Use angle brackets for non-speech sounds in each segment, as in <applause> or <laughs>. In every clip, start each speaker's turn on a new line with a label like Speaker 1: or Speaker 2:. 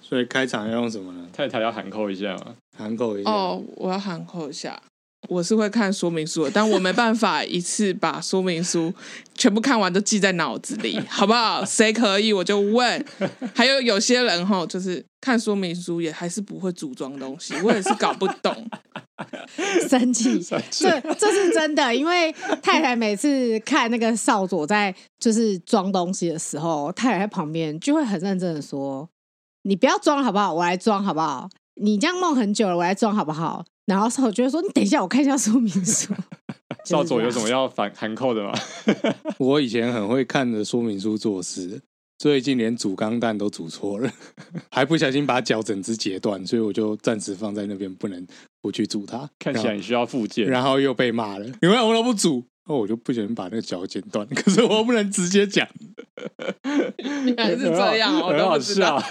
Speaker 1: 所以开场要用什么呢？
Speaker 2: 太太要喊扣一下嘛。
Speaker 1: 喊口一下。
Speaker 2: <laughs>
Speaker 3: 哦，我要喊扣一下。我是会看说明书的，但我没办法一次把说明
Speaker 1: <laughs>
Speaker 3: 书全部看完都记在脑子里，好不好？谁可以我就
Speaker 1: <laughs>
Speaker 3: 问。还有有些人哈，就是看说明书也还是不会组装东西，我也是搞不
Speaker 1: <laughs>
Speaker 3: 懂。
Speaker 4: <laughs> 生气，
Speaker 2: 生气
Speaker 4: 这这是真的，因为太太每次看那个少佐在就是装东西的时候，太太在旁边就会很认真的说：“你不要装好不好？我来装好不好？你这样弄很久了，我来装好不好？”然后少佐就会说：“你等一下，我看一下说明
Speaker 2: <laughs>
Speaker 4: 书。就是这样
Speaker 2: 少佐有什么要反喊
Speaker 4: <laughs>
Speaker 2: 扣的吗？
Speaker 1: 我以前很会看着说明书做事，最近连煮钢蛋都煮错了， <laughs> 还不小心把脚整只截断，所以我就暂时放在那边，不能不去煮它。
Speaker 2: 看起来你需要复健。
Speaker 1: 然后，然后又被骂了，你为什么都不煮？那我就不小心把那个脚剪断，可是我又不能直接讲。
Speaker 3: 原来是这样哦，我
Speaker 2: 很
Speaker 3: 都
Speaker 2: 好
Speaker 3: 不知
Speaker 2: 笑
Speaker 3: 道。。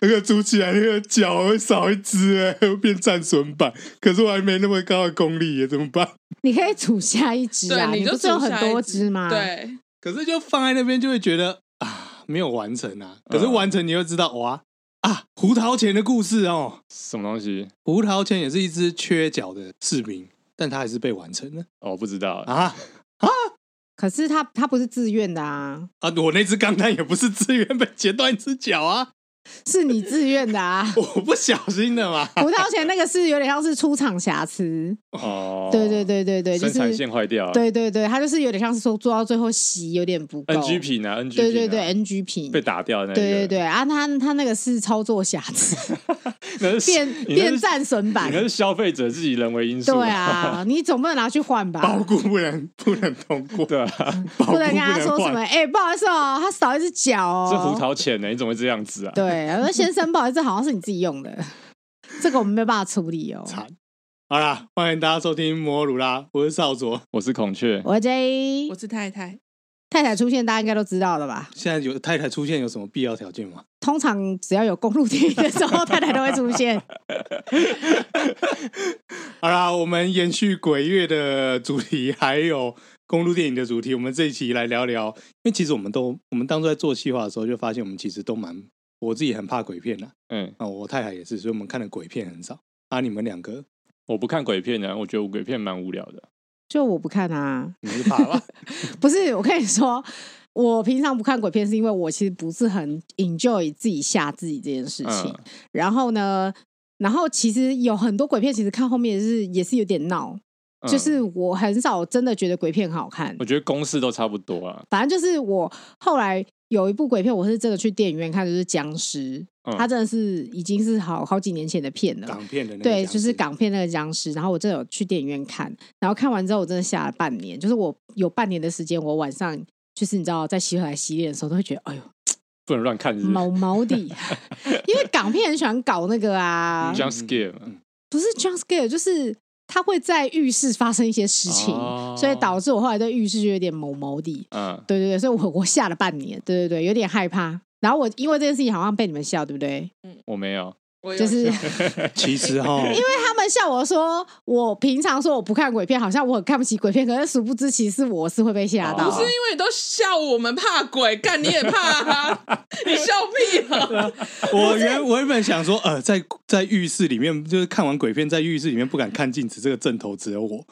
Speaker 1: 那个煮起来那个脚会少一只、欸，又变战损版。可是我还没那么高的功力耶，怎么办？
Speaker 4: 你可以煮下一只啊，
Speaker 3: 对，
Speaker 4: 你
Speaker 3: 就
Speaker 4: 不是有
Speaker 3: 煮
Speaker 4: 很
Speaker 3: 下
Speaker 4: 多
Speaker 3: 一
Speaker 4: 只吗？，
Speaker 3: 对，
Speaker 1: 可是就放在那边就会觉得啊，没有完成啊。可是完成你又知道哇啊，胡桃钳的故事哦，
Speaker 2: <laughs> 什么东西？
Speaker 1: 胡桃钳也是一只缺脚的士兵，但它还是被完成了
Speaker 2: 哦，不知道。
Speaker 1: 啊。
Speaker 4: 可是他他不是自愿的
Speaker 2: <laughs>
Speaker 4: 啊，
Speaker 1: 啊！我那只钢弹也不是自愿被截断一只脚啊，。
Speaker 4: 是你自愿的啊
Speaker 1: 我不小心的嘛。
Speaker 4: 葡萄钱那个是有点像是出场瑕疵，
Speaker 2: 哦，
Speaker 4: 对对，对对对，就
Speaker 2: 生
Speaker 4: 是
Speaker 2: 产线坏掉了。
Speaker 4: 对对对，他就是有点像是说做到最后洗有点不够
Speaker 2: ，NG 品啊，NG 品啊。
Speaker 4: 对对对，NG 品，
Speaker 2: 被
Speaker 4: 对
Speaker 2: 打掉的那一个。
Speaker 4: 对对啊，他他那个是操作瑕
Speaker 2: <laughs>
Speaker 4: 疵，
Speaker 2: 那是
Speaker 4: 变
Speaker 2: 你那是
Speaker 4: 变战损版
Speaker 2: 你，那是消费者自己人为因素。
Speaker 4: 对，啊，你总不能拿去换吧
Speaker 1: 包？谷不能不能通过，
Speaker 2: 对啊，
Speaker 1: 保护
Speaker 4: 能跟他说什么，
Speaker 1: 换
Speaker 4: 哎，不好意思哦，他少一只脚哦，
Speaker 2: 这胡桃钳呢？你怎么会这样子啊？
Speaker 4: 对，他说先生，不好意思，好像是你自己用的， <laughs> 这个我们没有办法处理哦。
Speaker 1: 惨。好啦，欢迎大家收听摩鲁拉，我是少佐。
Speaker 2: 我是孔雀， <laughs>
Speaker 4: 我 J
Speaker 3: 我是太太，
Speaker 4: 太太出现，大家应该都知道了吧？
Speaker 1: 现在有太太出现有什么必要条件吗？
Speaker 4: 通常只要有公路电影的时候，太太都会出现。 <laughs>
Speaker 1: 好啦，我们延续鬼月的主题，还有公路电影的主题，我们这一期来聊聊。因为其实我们都，我们当初在做计划的时候，就发现我们其实都蛮，我自己很怕鬼片的
Speaker 2: 嗯，
Speaker 1: 啊，我太太也是，所以我们看的鬼片很少。啊，你们两个，
Speaker 2: 我不看鬼片的，我觉得鬼片蛮无聊的。
Speaker 4: 就我不看啊，
Speaker 1: 你们是怕
Speaker 4: <laughs>
Speaker 1: 吧？
Speaker 4: 不是，我跟你说，我平常不看鬼片，是因为我其实不是很 enjoy 自己吓自己这件事情。
Speaker 2: 嗯
Speaker 4: 然后呢，然后其实有很多鬼片，其实看后面是也是有点闹，
Speaker 2: 嗯
Speaker 4: 就是我很少真的觉得鬼片好看
Speaker 2: 我。觉得公式都差不多啊。
Speaker 4: 反正就是我后来有一部鬼片，我是真的去电影院看，就是僵尸，
Speaker 2: 嗯
Speaker 4: 它真的是已经是好好几年前的片了。
Speaker 1: 港片的那个
Speaker 4: 对，
Speaker 1: 僵
Speaker 4: 就是
Speaker 1: 尸
Speaker 4: 港片那个僵尸，然后我真的有去电影院看，然后看完之后我真的吓了半年，就是我有半年的时间，我晚上就是你知道在洗回来洗脸的时候，都会觉得哎呦
Speaker 2: 不能乱看是不
Speaker 4: 毛
Speaker 2: 是
Speaker 4: 毛
Speaker 2: <laughs>
Speaker 4: 的，因为港片很喜欢搞那个啊，
Speaker 2: ，jump scare 嘛
Speaker 1: 嗯
Speaker 4: 不是 jump scare，就是他会在浴室发生一些事情，
Speaker 2: 哦
Speaker 4: 所以导致我后来对浴室就有点毛毛的，
Speaker 2: 嗯，
Speaker 4: 对对对，所以我我吓了半年，对对对，有点害怕。然后我因为这件事情好像被你们笑，对不对？
Speaker 2: 我没有，
Speaker 3: 我有
Speaker 4: 就是 <laughs>
Speaker 3: 笑
Speaker 1: <laughs> 其实哈，
Speaker 4: 他们笑我说，我平常说我不看鬼片，好像我很看不起鬼片，可是殊不知其实我是会被吓到。
Speaker 3: 哦不
Speaker 2: 不
Speaker 3: 是因为你都笑我们怕鬼，干你也怕
Speaker 1: <laughs>
Speaker 3: 啊？你笑屁啊！
Speaker 1: 我原我原本想说，呃，在在浴室里面，就是看完鬼片，在浴室里面不敢看镜子，这个阵头只有我，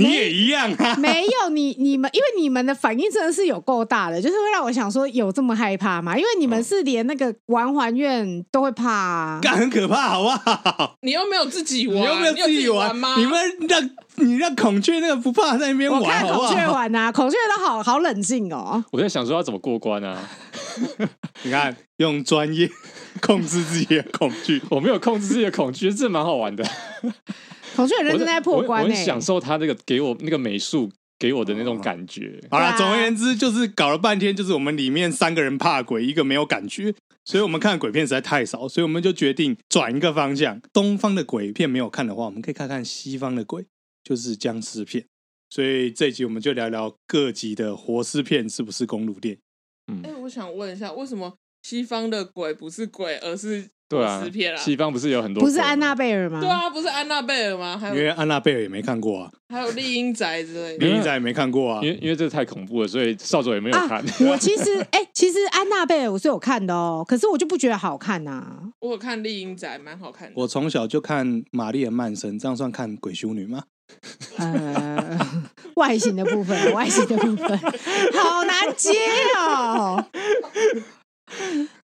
Speaker 1: 你也一样啊。
Speaker 4: 没有你你们，因为你们的反应真的是有够大的，就是会让我想说有这么害怕吗？因为你们是连那个玩还愿都会怕、啊，
Speaker 1: 干很可怕，好不好？
Speaker 3: 你又没有自己玩，
Speaker 1: <laughs> 你又没有
Speaker 3: 啊你有
Speaker 1: 自己
Speaker 3: 玩
Speaker 1: 玩
Speaker 3: 吗？
Speaker 1: 你们让你让孔雀那个不怕在那边
Speaker 4: 我看
Speaker 1: 玩，好不
Speaker 4: 孔雀
Speaker 1: 好？
Speaker 4: 玩啊，孔雀都好好冷静哦。
Speaker 2: 我在想说要怎么过关啊？
Speaker 1: 你看，用专业控制自己的恐惧，
Speaker 2: 我没有控制自己的恐惧， <laughs> 这蛮好玩的。
Speaker 4: 孔雀很认
Speaker 2: 我
Speaker 4: 真在破关欸
Speaker 2: 我很
Speaker 4: 呢、
Speaker 2: 我很享受他那个给我那个美术给我的那
Speaker 3: 哦
Speaker 2: 种感觉。
Speaker 1: 好啦，
Speaker 4: 对啊
Speaker 1: 总而言之，就是搞了半天，就是我们里面三个人怕鬼，一个没有感觉，所以我们看的鬼片实在太少，所以我们就决定转一个方向。东方的鬼片没有看的话，我们可以看看西方的鬼，就是僵尸片。所以这一集我们就聊聊各级的活尸片是不是公路电影？
Speaker 3: 哎、我想问一下，为什么西方的鬼不是鬼，而是
Speaker 2: 对啊
Speaker 3: 撕片，啊
Speaker 2: 西方不是有很多
Speaker 4: 不是
Speaker 2: 鬼
Speaker 4: 安娜贝尔吗？
Speaker 3: 对啊，不是安娜贝尔吗？还
Speaker 1: 因
Speaker 3: 有
Speaker 1: 为安娜贝尔也没看过啊，
Speaker 3: 还有丽英宅之类的。
Speaker 1: 林一仔也没看过啊
Speaker 2: 因。为因为这太恐怖了，所以少佐也没有
Speaker 4: 啊
Speaker 2: 看。
Speaker 4: 我其实哎、其实安娜贝尔我是有看的哦，可是我就不觉得好看啊呐、
Speaker 3: 我有看丽英宅，蛮好看的。
Speaker 1: 我从小就看玛丽和曼森，这样算看鬼修女吗？
Speaker 4: 呃， <laughs> 外形的
Speaker 1: <laughs>
Speaker 4: 部分，外形的部分，好难接哦。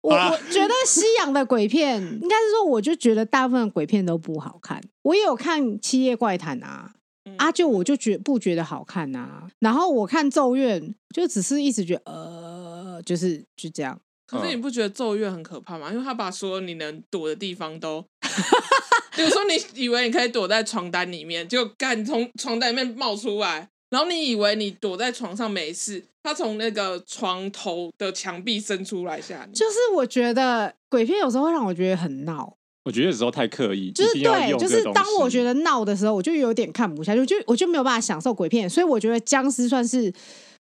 Speaker 4: 我
Speaker 1: 好啦
Speaker 4: 我觉得西洋的鬼片，应该是说，我就觉得大部分鬼片都不好看。我也有看《七夜怪谈》啊，
Speaker 3: 嗯
Speaker 1: 嗯
Speaker 4: 阿舅我就觉不觉得好看呐、然后我看《咒怨》，就只是一直觉得呃，就是就这样。
Speaker 3: 可
Speaker 2: 嗯
Speaker 3: 是你不觉得咒怨很可怕吗？因为他把所有你能躲的地方
Speaker 4: <laughs>
Speaker 3: 都，比如说你以为你可以躲在床单里面，就干从床单里面冒出来，然后你以为你躲在床上没事，他从那个床头的墙壁伸出来吓你。
Speaker 4: 就是我觉得鬼片有时候会让我觉得很闹，
Speaker 2: <laughs> 我觉得有时候太刻意，
Speaker 4: 就是
Speaker 2: 一定要
Speaker 4: 对，
Speaker 2: 用
Speaker 4: 就
Speaker 2: 这
Speaker 4: 是
Speaker 2: 个东西
Speaker 4: 当我觉得闹的时候，我就有点看不下去，我就我就没有办法享受鬼片，所以我觉得僵尸算是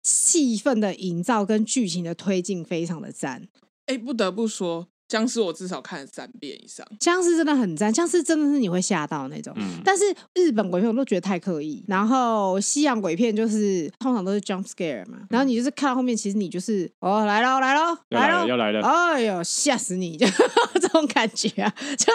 Speaker 4: 气氛的营造跟剧情的推进非常的赞，
Speaker 3: 哎、不得不说，僵尸我至少看了三遍以上。
Speaker 4: 僵尸真的很赞，僵尸真的是你会吓到那种。
Speaker 2: 嗯，
Speaker 4: 但是日本鬼片我都觉得太刻意，然后西洋鬼片就是通常都是 jump scare 嘛，然后你就是看到后面，其实你就是哦来喽来喽
Speaker 2: 要来了
Speaker 4: 喽
Speaker 2: 要来了，
Speaker 4: 哎呦，吓死你！就这种感觉啊，就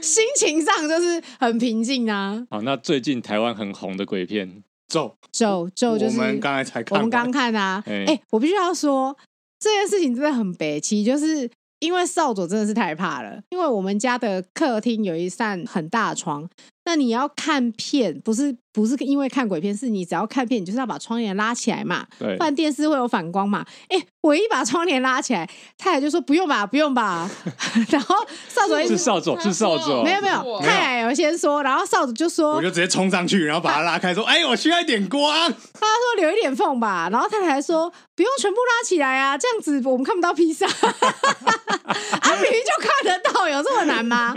Speaker 4: 是心情上就是很平静啊。
Speaker 2: 好，那最近台湾很红的鬼片，
Speaker 1: 走，
Speaker 4: 咒咒就
Speaker 1: 我
Speaker 4: 是
Speaker 1: 们刚才才看
Speaker 4: 我
Speaker 1: 完，
Speaker 4: 们刚看啊，哎、
Speaker 2: 哎
Speaker 4: 我必须要说这件事情真的很悲戚，就是因为少佐真的是太怕了，因为我们家的客厅有一扇很大的窗，那你要看片，不是不是因为看鬼片，是你只要看片，你就是要把窗帘拉起来嘛，
Speaker 2: 对
Speaker 4: 不，然电视会有反光嘛。哎、我一把窗帘拉起来，太太就说不用吧，不用吧， <laughs> 然后少佐一
Speaker 2: 是
Speaker 4: 直
Speaker 2: 少佐，是少佐，
Speaker 4: 哎没有没
Speaker 3: 是
Speaker 4: 有，
Speaker 3: 我
Speaker 4: 太太有先说，然后少佐就说
Speaker 1: 我就直接冲上去，然后把它拉开，说：“哎，我需要一点光。
Speaker 4: 他说留一点缝吧，然后太太还说不用全部拉起来啊，这样子我们看不到披萨， <laughs> 啊，明明就看得到，有这么难吗？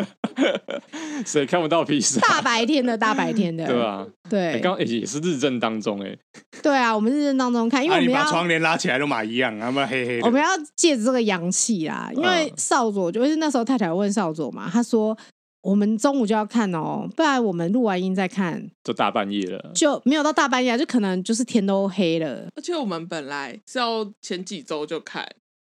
Speaker 2: 谁看不到披萨？
Speaker 4: 大白天的，大白天的，
Speaker 2: 对吧？哎
Speaker 4: 对
Speaker 2: 刚哎也是日正当中哎，
Speaker 4: 对啊，我们日正当中”看，因为
Speaker 1: 啊，
Speaker 4: 我
Speaker 1: 你
Speaker 4: 们
Speaker 1: 把
Speaker 4: 要、
Speaker 1: 窗帘拉起来都嘛一样，啊他们黑黑
Speaker 4: 我们
Speaker 1: 的。
Speaker 4: 要借着这个阳气啦，因为少佐就是那时候太太问少佐嘛，他说我们中午就要看哦，不然我们录完音再看，
Speaker 2: 都大半
Speaker 4: <laughs>
Speaker 2: 夜了，
Speaker 4: 就没有到大半夜啊，就可能就是天都黑了，
Speaker 3: 而且我们本来是要前几周就看，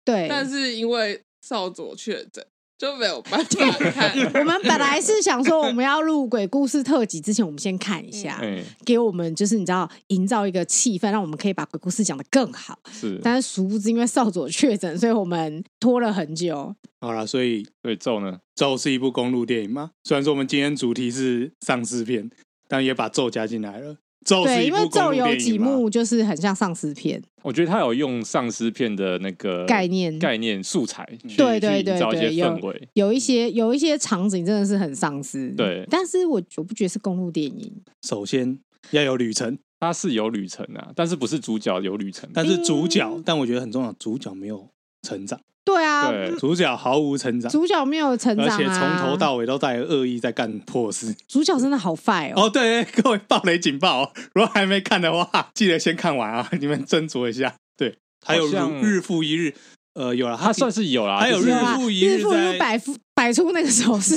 Speaker 4: 对，
Speaker 3: 但是因为少佐确诊，就没有办法
Speaker 4: <laughs>
Speaker 3: 看。
Speaker 4: 我们本来是想说，我们要录鬼故事特辑之前，我们先看一下，
Speaker 2: 哎
Speaker 4: 给我们就是你知道，营造一个气氛，让我们可以把鬼故事讲得更好。
Speaker 2: 是，
Speaker 4: 但是殊不知，因为少佐确诊，所以我们拖了很久。
Speaker 1: 好了，所以《
Speaker 2: 对咒呢，
Speaker 1: 咒》是一部公路电影吗？虽然说我们今天主题是丧尸片，但也把《咒》加进来了。《咒》是
Speaker 4: 对，
Speaker 1: 一
Speaker 4: 因
Speaker 1: 部
Speaker 4: 为
Speaker 1: 公
Speaker 4: 咒
Speaker 1: 路
Speaker 4: 有
Speaker 1: 电
Speaker 4: 几
Speaker 1: 影吗
Speaker 4: 幕就是很像丧尸片
Speaker 2: 我觉得他有用丧尸片的那个
Speaker 4: 概念，
Speaker 2: 概念素材去，
Speaker 4: 对对
Speaker 2: 去
Speaker 4: 对
Speaker 2: 营造一些
Speaker 4: 对有
Speaker 2: 氛围，
Speaker 4: 有一
Speaker 1: 嗯
Speaker 4: 些有一些场景真的是很丧尸。
Speaker 2: 对
Speaker 4: 但是我我不觉得是公路电影，
Speaker 1: 首先要有旅程，
Speaker 2: 它是有旅程啊，但是不是主角有旅程，
Speaker 1: 但是主角
Speaker 4: 嗯，
Speaker 1: 但我觉得很重要，主角没有成长，
Speaker 4: 对啊，
Speaker 2: 对
Speaker 1: 主角毫无成长，
Speaker 4: 主角没有成
Speaker 1: 而
Speaker 4: 长、啊，
Speaker 1: 且从头到尾都带着恶意在干破事。
Speaker 4: 主角真的好坏哦。
Speaker 1: 哦，对，各位暴雷警报、哦，如果还没看的话，记得先看完啊，你们斟酌一下。对，还有
Speaker 2: 好像
Speaker 1: 如日复一日，呃，有了，
Speaker 2: 它算是有啦，
Speaker 1: 还有
Speaker 2: 就是
Speaker 1: 日
Speaker 4: 对啊
Speaker 1: 复一
Speaker 4: 日
Speaker 1: 日
Speaker 4: 复一日
Speaker 1: 在
Speaker 4: 摆出摆出那个
Speaker 1: <laughs>
Speaker 4: 手势。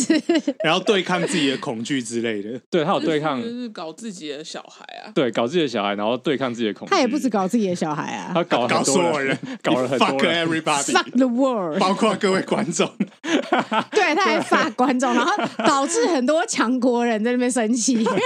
Speaker 1: 然后对抗自己的恐惧之类的。
Speaker 2: 对他有对抗
Speaker 3: 就，是搞自己的小孩啊。
Speaker 2: 对搞自己的小孩，然后对抗自己的恐惧，
Speaker 4: 他也不止搞自己的小孩啊
Speaker 2: 他
Speaker 1: <laughs>
Speaker 2: 搞
Speaker 1: 搞
Speaker 2: 很
Speaker 1: 所
Speaker 2: 多
Speaker 1: 有人，
Speaker 2: <laughs> 搞了很
Speaker 1: fuck
Speaker 2: 多人，
Speaker 1: everybody，
Speaker 4: ，fuck the world，
Speaker 1: <laughs> 包括各位观
Speaker 4: <laughs>
Speaker 1: 众。 <laughs>
Speaker 4: 对，他还发观众，然后导致很多强国人在那边
Speaker 1: <laughs>
Speaker 4: 生气，因为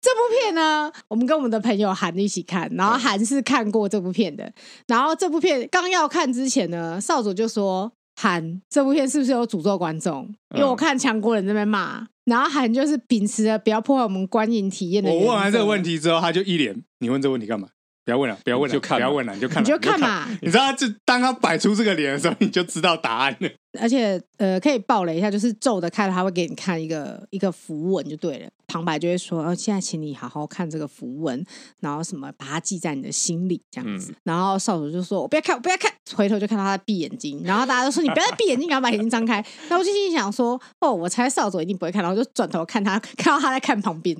Speaker 4: 这部片呢，我们跟我们的朋友韩一起看，然后韩是看过这部片的，然后这部片刚要看之前呢，少佐就说。韩这部片是不是有诅咒观众？
Speaker 1: 嗯
Speaker 4: 因为我看强国人这边骂，然后韩就是秉持了不要破坏我们观影体验的。
Speaker 1: 我问完这个问
Speaker 4: 题，
Speaker 1: 题之后，他就一脸：“你问这问题干嘛？不要问了，不要问了，
Speaker 2: 你就看
Speaker 1: 不
Speaker 2: 嘛
Speaker 1: 要问了，你就看，
Speaker 4: 你就看。嘛。”
Speaker 1: 你知道，就当他摆出这个脸的时候，你就知道答案了。
Speaker 4: 而且呃，可以爆雷一下，就是咒的开了，他会给你看一个一个符文就对了。旁白就会说：“哦，现在请你好好看这个符文，然后什么把它记在你的心里这样子。
Speaker 1: 嗯
Speaker 4: 然后少主就说：“我不要看，我不要看。”回头就看到他在闭眼睛，然后大家都说：“你不要再闭眼睛，赶快把眼睛张开。”那我就心里想说：“哦，我猜少主一定不会看。”然后我就转头看他，看到他在看旁
Speaker 1: <laughs>
Speaker 4: 边，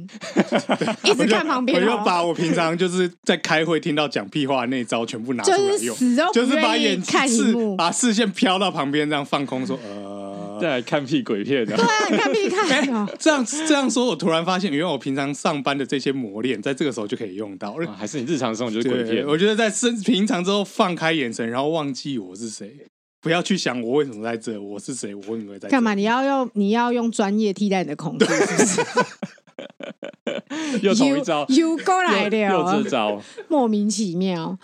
Speaker 4: 一直看旁边
Speaker 1: 我就我就
Speaker 4: 哦。
Speaker 1: 把我平常就是在开会听到讲屁话的那一招全部拿出
Speaker 4: 就
Speaker 1: 来
Speaker 4: 是
Speaker 1: 用，
Speaker 4: <laughs> 死都
Speaker 1: 就
Speaker 4: 不
Speaker 1: 是把
Speaker 4: 愿意
Speaker 1: 眼
Speaker 4: 看荧
Speaker 1: 视
Speaker 4: 幕，
Speaker 1: 把视线飘到旁边，这样放空说：“呃，了。
Speaker 2: 再来看屁鬼片啊！
Speaker 4: 啊你看必须
Speaker 1: <laughs>
Speaker 4: 看哦。
Speaker 1: 这样这样说，我突然发现，原来我平常上班的这些磨练，在这个时候就可以用到
Speaker 2: 啊
Speaker 1: 了。
Speaker 2: 还是你日常生活就是鬼
Speaker 1: 对，
Speaker 2: 片，
Speaker 1: 我觉得在生平常之后放开眼神，然后忘记我是谁，不要去想我为什么在这，我是谁，我为什么在这
Speaker 4: 干嘛？？你要用你要用专业替代你的恐惧，是不是？
Speaker 2: <laughs> 又同一招，
Speaker 4: You you 过来
Speaker 2: 又又
Speaker 4: 了哦
Speaker 2: 这，招，
Speaker 4: 莫名其妙。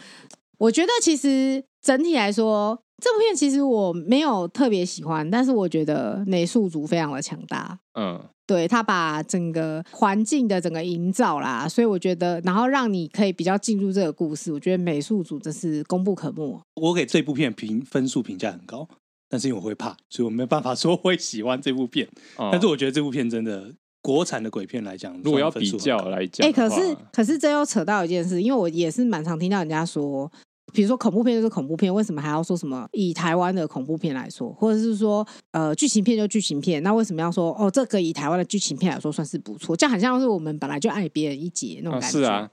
Speaker 4: 我觉得其实整体来说，这部片其实我没有特别喜欢，但是我觉得美术组非常的强大。
Speaker 2: 嗯，
Speaker 4: 对他把整个环境的整个营造啦，所以我觉得，然后让你可以比较进入这个故事，我觉得美术组真是功不可没。
Speaker 1: 我给这部片评分数评价很高，但是因为我会怕，所以我没办法说会喜欢这部片。
Speaker 2: 哦
Speaker 1: 但是我觉得这部片真的，国产的鬼片来讲，
Speaker 2: 如果要
Speaker 1: 算分
Speaker 2: 比
Speaker 1: 数很
Speaker 2: 较
Speaker 1: 高，
Speaker 2: 来讲
Speaker 4: 哎、
Speaker 2: 的话，啊
Speaker 4: 可是可是这又扯到一件事，因为我也是蛮常听到人家说，比如说恐怖片就是恐怖片，为什么还要说什么以台湾的恐怖片来说，或者是说呃剧情片就剧情片，那为什么要说哦这个以台湾的剧情片来说算是不错？这样好像是我们本来就爱别人一截那种
Speaker 2: 啊
Speaker 4: 感觉。
Speaker 2: 是啊，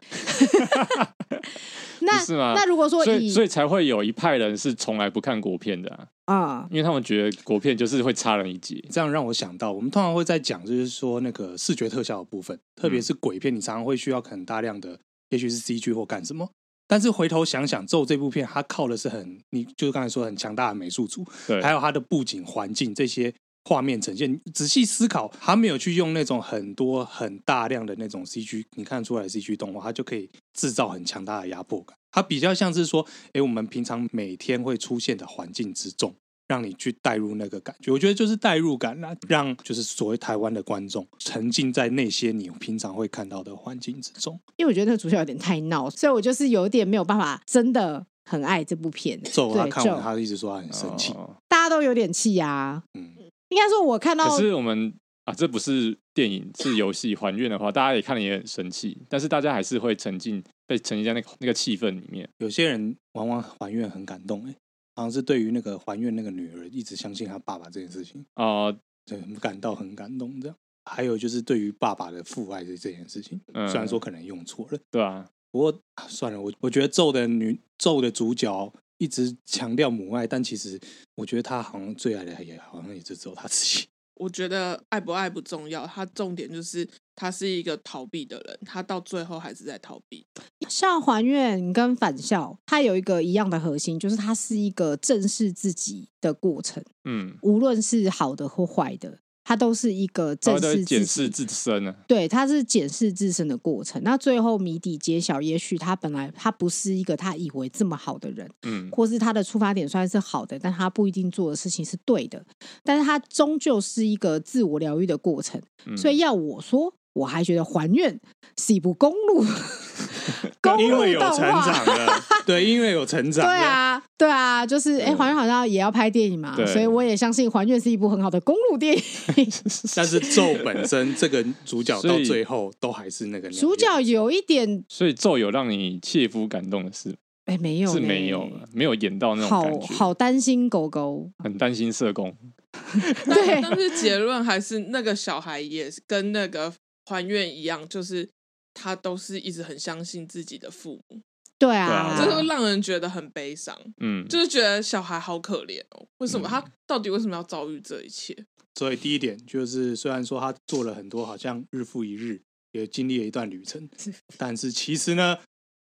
Speaker 4: 那
Speaker 2: 不是吗
Speaker 4: 那如果说
Speaker 2: 所以
Speaker 4: 以
Speaker 2: 所以才会有一派人是从来不看国片的、啊，
Speaker 4: 啊、
Speaker 2: 因为他们觉得国片就是会差人一截。
Speaker 1: 这样让我想到，我们通常会在讲，就是说那个视觉特效的部分，特别是鬼片，你常常会需要很大量的，也许是 CG 或干什么。但是回头想想，《咒》这部片，它靠的是很，你就是刚才说的很强大的美术组，
Speaker 2: 对，
Speaker 1: 还有它的布景、环境这些画面呈现。仔细思考，它没有去用那种很多很大量的那种 CG，你看出来的 CG 动画，它就可以制造很强大的压迫感。它比较像是说，诶，我们平常每天会出现的环境之中，让你去带入那个感觉。我觉得就是带入感啦，让就是所谓台湾的观众沉浸在那些你平常会看到的环境之中。
Speaker 4: 因为我觉得那个主角有点太闹，所以我就是有点没有办法真的很爱这部片。
Speaker 1: 咒他
Speaker 4: 对
Speaker 1: 看
Speaker 4: 咒
Speaker 1: 完，他一直说他很生气。
Speaker 2: 哦
Speaker 4: 大家都有点气啊。
Speaker 1: 嗯，
Speaker 4: 应该说，我看到
Speaker 2: 可是我们啊，这不是电影，是游戏还原的话，大家也看了也很生气，但是大家还是会沉浸被沉浸在那个那个气氛里面。
Speaker 1: 有些人玩完还愿很感动、欸，好像是对于那个还愿那个女儿一直相信她爸爸这件事情，
Speaker 2: 哦，
Speaker 1: 就很感到很感动这样。还有就是对于爸爸的父爱的这件事情，
Speaker 2: 嗯
Speaker 1: 虽然说可能用错了，
Speaker 2: 对啊，
Speaker 1: 不过、啊算了，我我觉得咒的女咒的主角一直强调母爱，但其实我觉得她好像最爱的也好像也就只有她自己。 <laughs>
Speaker 3: 我觉得爱不爱不重要，他重点就是他是一个逃避的人，他到最后还是在逃
Speaker 4: <laughs>
Speaker 3: 避。
Speaker 4: 像还愿跟返校，它有一个一样的核心，就是它是一个正视自己的过程，
Speaker 2: 嗯，
Speaker 4: 无论是好的或坏的，它都是一个
Speaker 2: 他
Speaker 4: 正
Speaker 2: 们都
Speaker 4: 视
Speaker 2: 会检
Speaker 4: 自
Speaker 2: 视
Speaker 4: 己。
Speaker 2: 自身啊。
Speaker 4: 对，它是检视自身的过程。那最后谜底揭晓，也许他本来他不是一个他以为这么好的人，
Speaker 2: 嗯，
Speaker 4: 或是他的出发点虽然是好的，但他不一定做的事情是对的，但是他终究是一个自我疗愈的过程。
Speaker 2: 嗯
Speaker 4: 所以要我说，我还觉得还愿是一部公路 <laughs> 公
Speaker 1: 因为有
Speaker 4: 路
Speaker 1: 成
Speaker 4: 动画。
Speaker 1: 长了， <laughs> 对，因为有成长
Speaker 4: 对
Speaker 1: 了，
Speaker 4: 啊，对啊，就是哎，
Speaker 2: 对
Speaker 4: 还愿好像也要拍电影嘛，
Speaker 2: 嗯对
Speaker 4: 所以我也相信还愿是一部很好的公路电
Speaker 2: <laughs>
Speaker 4: 影。
Speaker 1: 但是咒本身这个主角到
Speaker 2: 所以
Speaker 1: 最后都还是那个
Speaker 4: 主角有一点
Speaker 2: 所以咒有让你切肤感动的事
Speaker 4: 哎，没有
Speaker 2: 是
Speaker 4: 呢
Speaker 2: 没有啊，没有演到那种
Speaker 4: 好
Speaker 2: 感觉，
Speaker 4: 好担心狗狗。
Speaker 2: 很担心社工。
Speaker 3: 但
Speaker 4: 对
Speaker 3: 但是结论还是那个小孩也是跟那个还愿一样，就是他都是一直很相信自己的父母，
Speaker 4: 对
Speaker 2: 啊
Speaker 4: 啊，
Speaker 3: 这会让人觉得很悲伤，
Speaker 2: 嗯，
Speaker 3: 就是觉得小孩好可怜哦，为什么、
Speaker 2: 嗯
Speaker 3: 他到底为什么要遭遇这一切？
Speaker 1: 所以第一点就是，虽然说他做了很多，好像日复一日，也经历了一段旅程，但是其实呢，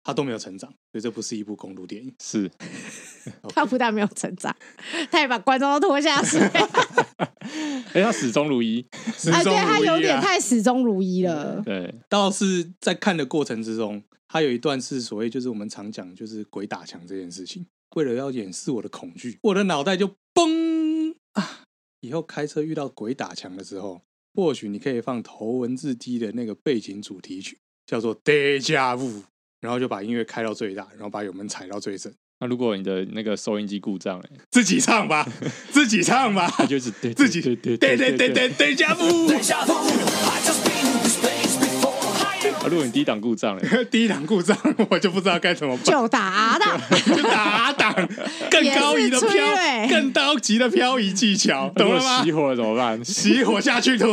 Speaker 1: 他都没有成长，所以这不是一部公路电影。
Speaker 2: 是
Speaker 4: 他不但没有成长，他也把观众都拖下
Speaker 2: <laughs>
Speaker 4: 水。
Speaker 2: 啊哎、他始终如一。
Speaker 1: 始
Speaker 4: 啊，
Speaker 1: 终
Speaker 4: 对他
Speaker 1: 如一
Speaker 4: 有点
Speaker 1: 啊
Speaker 4: 太始终如一了。
Speaker 2: 对，
Speaker 1: 倒是在看的过程之中，他有一段是所谓就是我们常讲就是鬼打墙这件事情，为了要掩饰我的恐惧，我的脑袋就嘣啊！以后开车遇到鬼打墙的时候，或许你可以放头文字 D 的那个背景主题曲，叫做《Deja Vu》，然后就把音乐开到最大，然后把油门踩到最深，
Speaker 2: 那如果你的那个收音机故障、哎，
Speaker 1: 自己唱吧，自己唱吧，
Speaker 2: 他就是对
Speaker 1: 自己
Speaker 2: 对对
Speaker 1: 对
Speaker 2: 对
Speaker 1: 对对对 Deja Vu，
Speaker 2: 啊如果你低档故障、哎，
Speaker 1: <laughs> 第一档故障我就不知道该怎么办。
Speaker 4: 就打
Speaker 2: <laughs>
Speaker 4: 的，
Speaker 1: 就打
Speaker 4: <laughs>
Speaker 1: 档，更高级的漂
Speaker 4: 也是催泪，
Speaker 1: 更高级的漂移技巧，
Speaker 2: 如
Speaker 1: <laughs> 懂
Speaker 2: 果
Speaker 1: 了吗
Speaker 2: 熄？火了怎么办？
Speaker 1: 熄火下去推，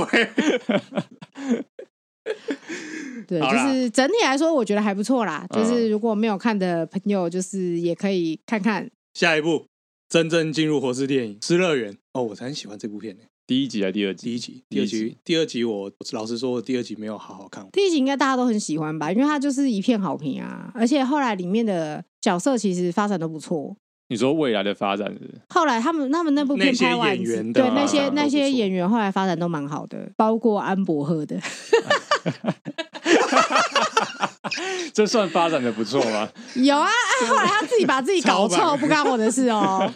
Speaker 4: 对，
Speaker 1: 好
Speaker 4: 就
Speaker 1: 啦
Speaker 4: 是整体来说，我觉得还不错啦。
Speaker 2: 嗯
Speaker 4: 就是如果没有看的朋友，就是也可以看看。
Speaker 1: 下一步真正进入活尸电影《失乐园》哦，我才很喜欢这部片呢、
Speaker 2: 第一集还是第二集？
Speaker 1: 第一集，第二
Speaker 2: 第一
Speaker 1: 集啊
Speaker 2: 集，
Speaker 1: 第二集我老实说，我第二集没有好好看。
Speaker 4: 第一集应该大家都很喜欢吧，因为它就是一片好评啊，而且后来里面的角色其实发展都不错。
Speaker 2: 你说未来的发展是不是
Speaker 4: 后来他们他们那部片
Speaker 1: 那些
Speaker 4: 拍完
Speaker 1: 演
Speaker 4: 之，
Speaker 1: 员的
Speaker 4: 对那
Speaker 2: 发
Speaker 4: 些
Speaker 2: 展都
Speaker 4: 那
Speaker 2: 不
Speaker 4: 些
Speaker 2: 错
Speaker 4: 演员后来发展都蛮好的，包括安博赫的， <laughs>
Speaker 2: 这算发展的不错
Speaker 1: <laughs>
Speaker 2: 吗？
Speaker 4: 有啊，啊后来他自己把自己搞
Speaker 1: 超
Speaker 4: 臭，
Speaker 1: 棒
Speaker 4: 不干我的事哦。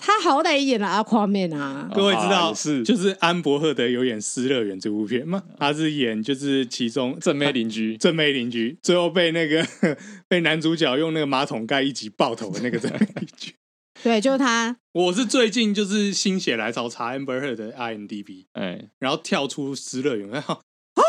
Speaker 4: 他好歹也演了阿夸面啊，
Speaker 1: 各位知道、
Speaker 2: 也是
Speaker 1: 就是安博赫德有演《失乐园》这部片吗？他是演就是其中
Speaker 2: 正妹邻居，
Speaker 1: <laughs> 正妹邻居，最后被那个 <laughs> 被男主角用那个马桶盖一击爆头的那个正妹邻居。
Speaker 4: 对，就是他。
Speaker 1: 我是最近就是心血来潮查 Amber Heard 的 IMDB，
Speaker 2: 哎，
Speaker 1: 然后跳出《失乐园》然后啊，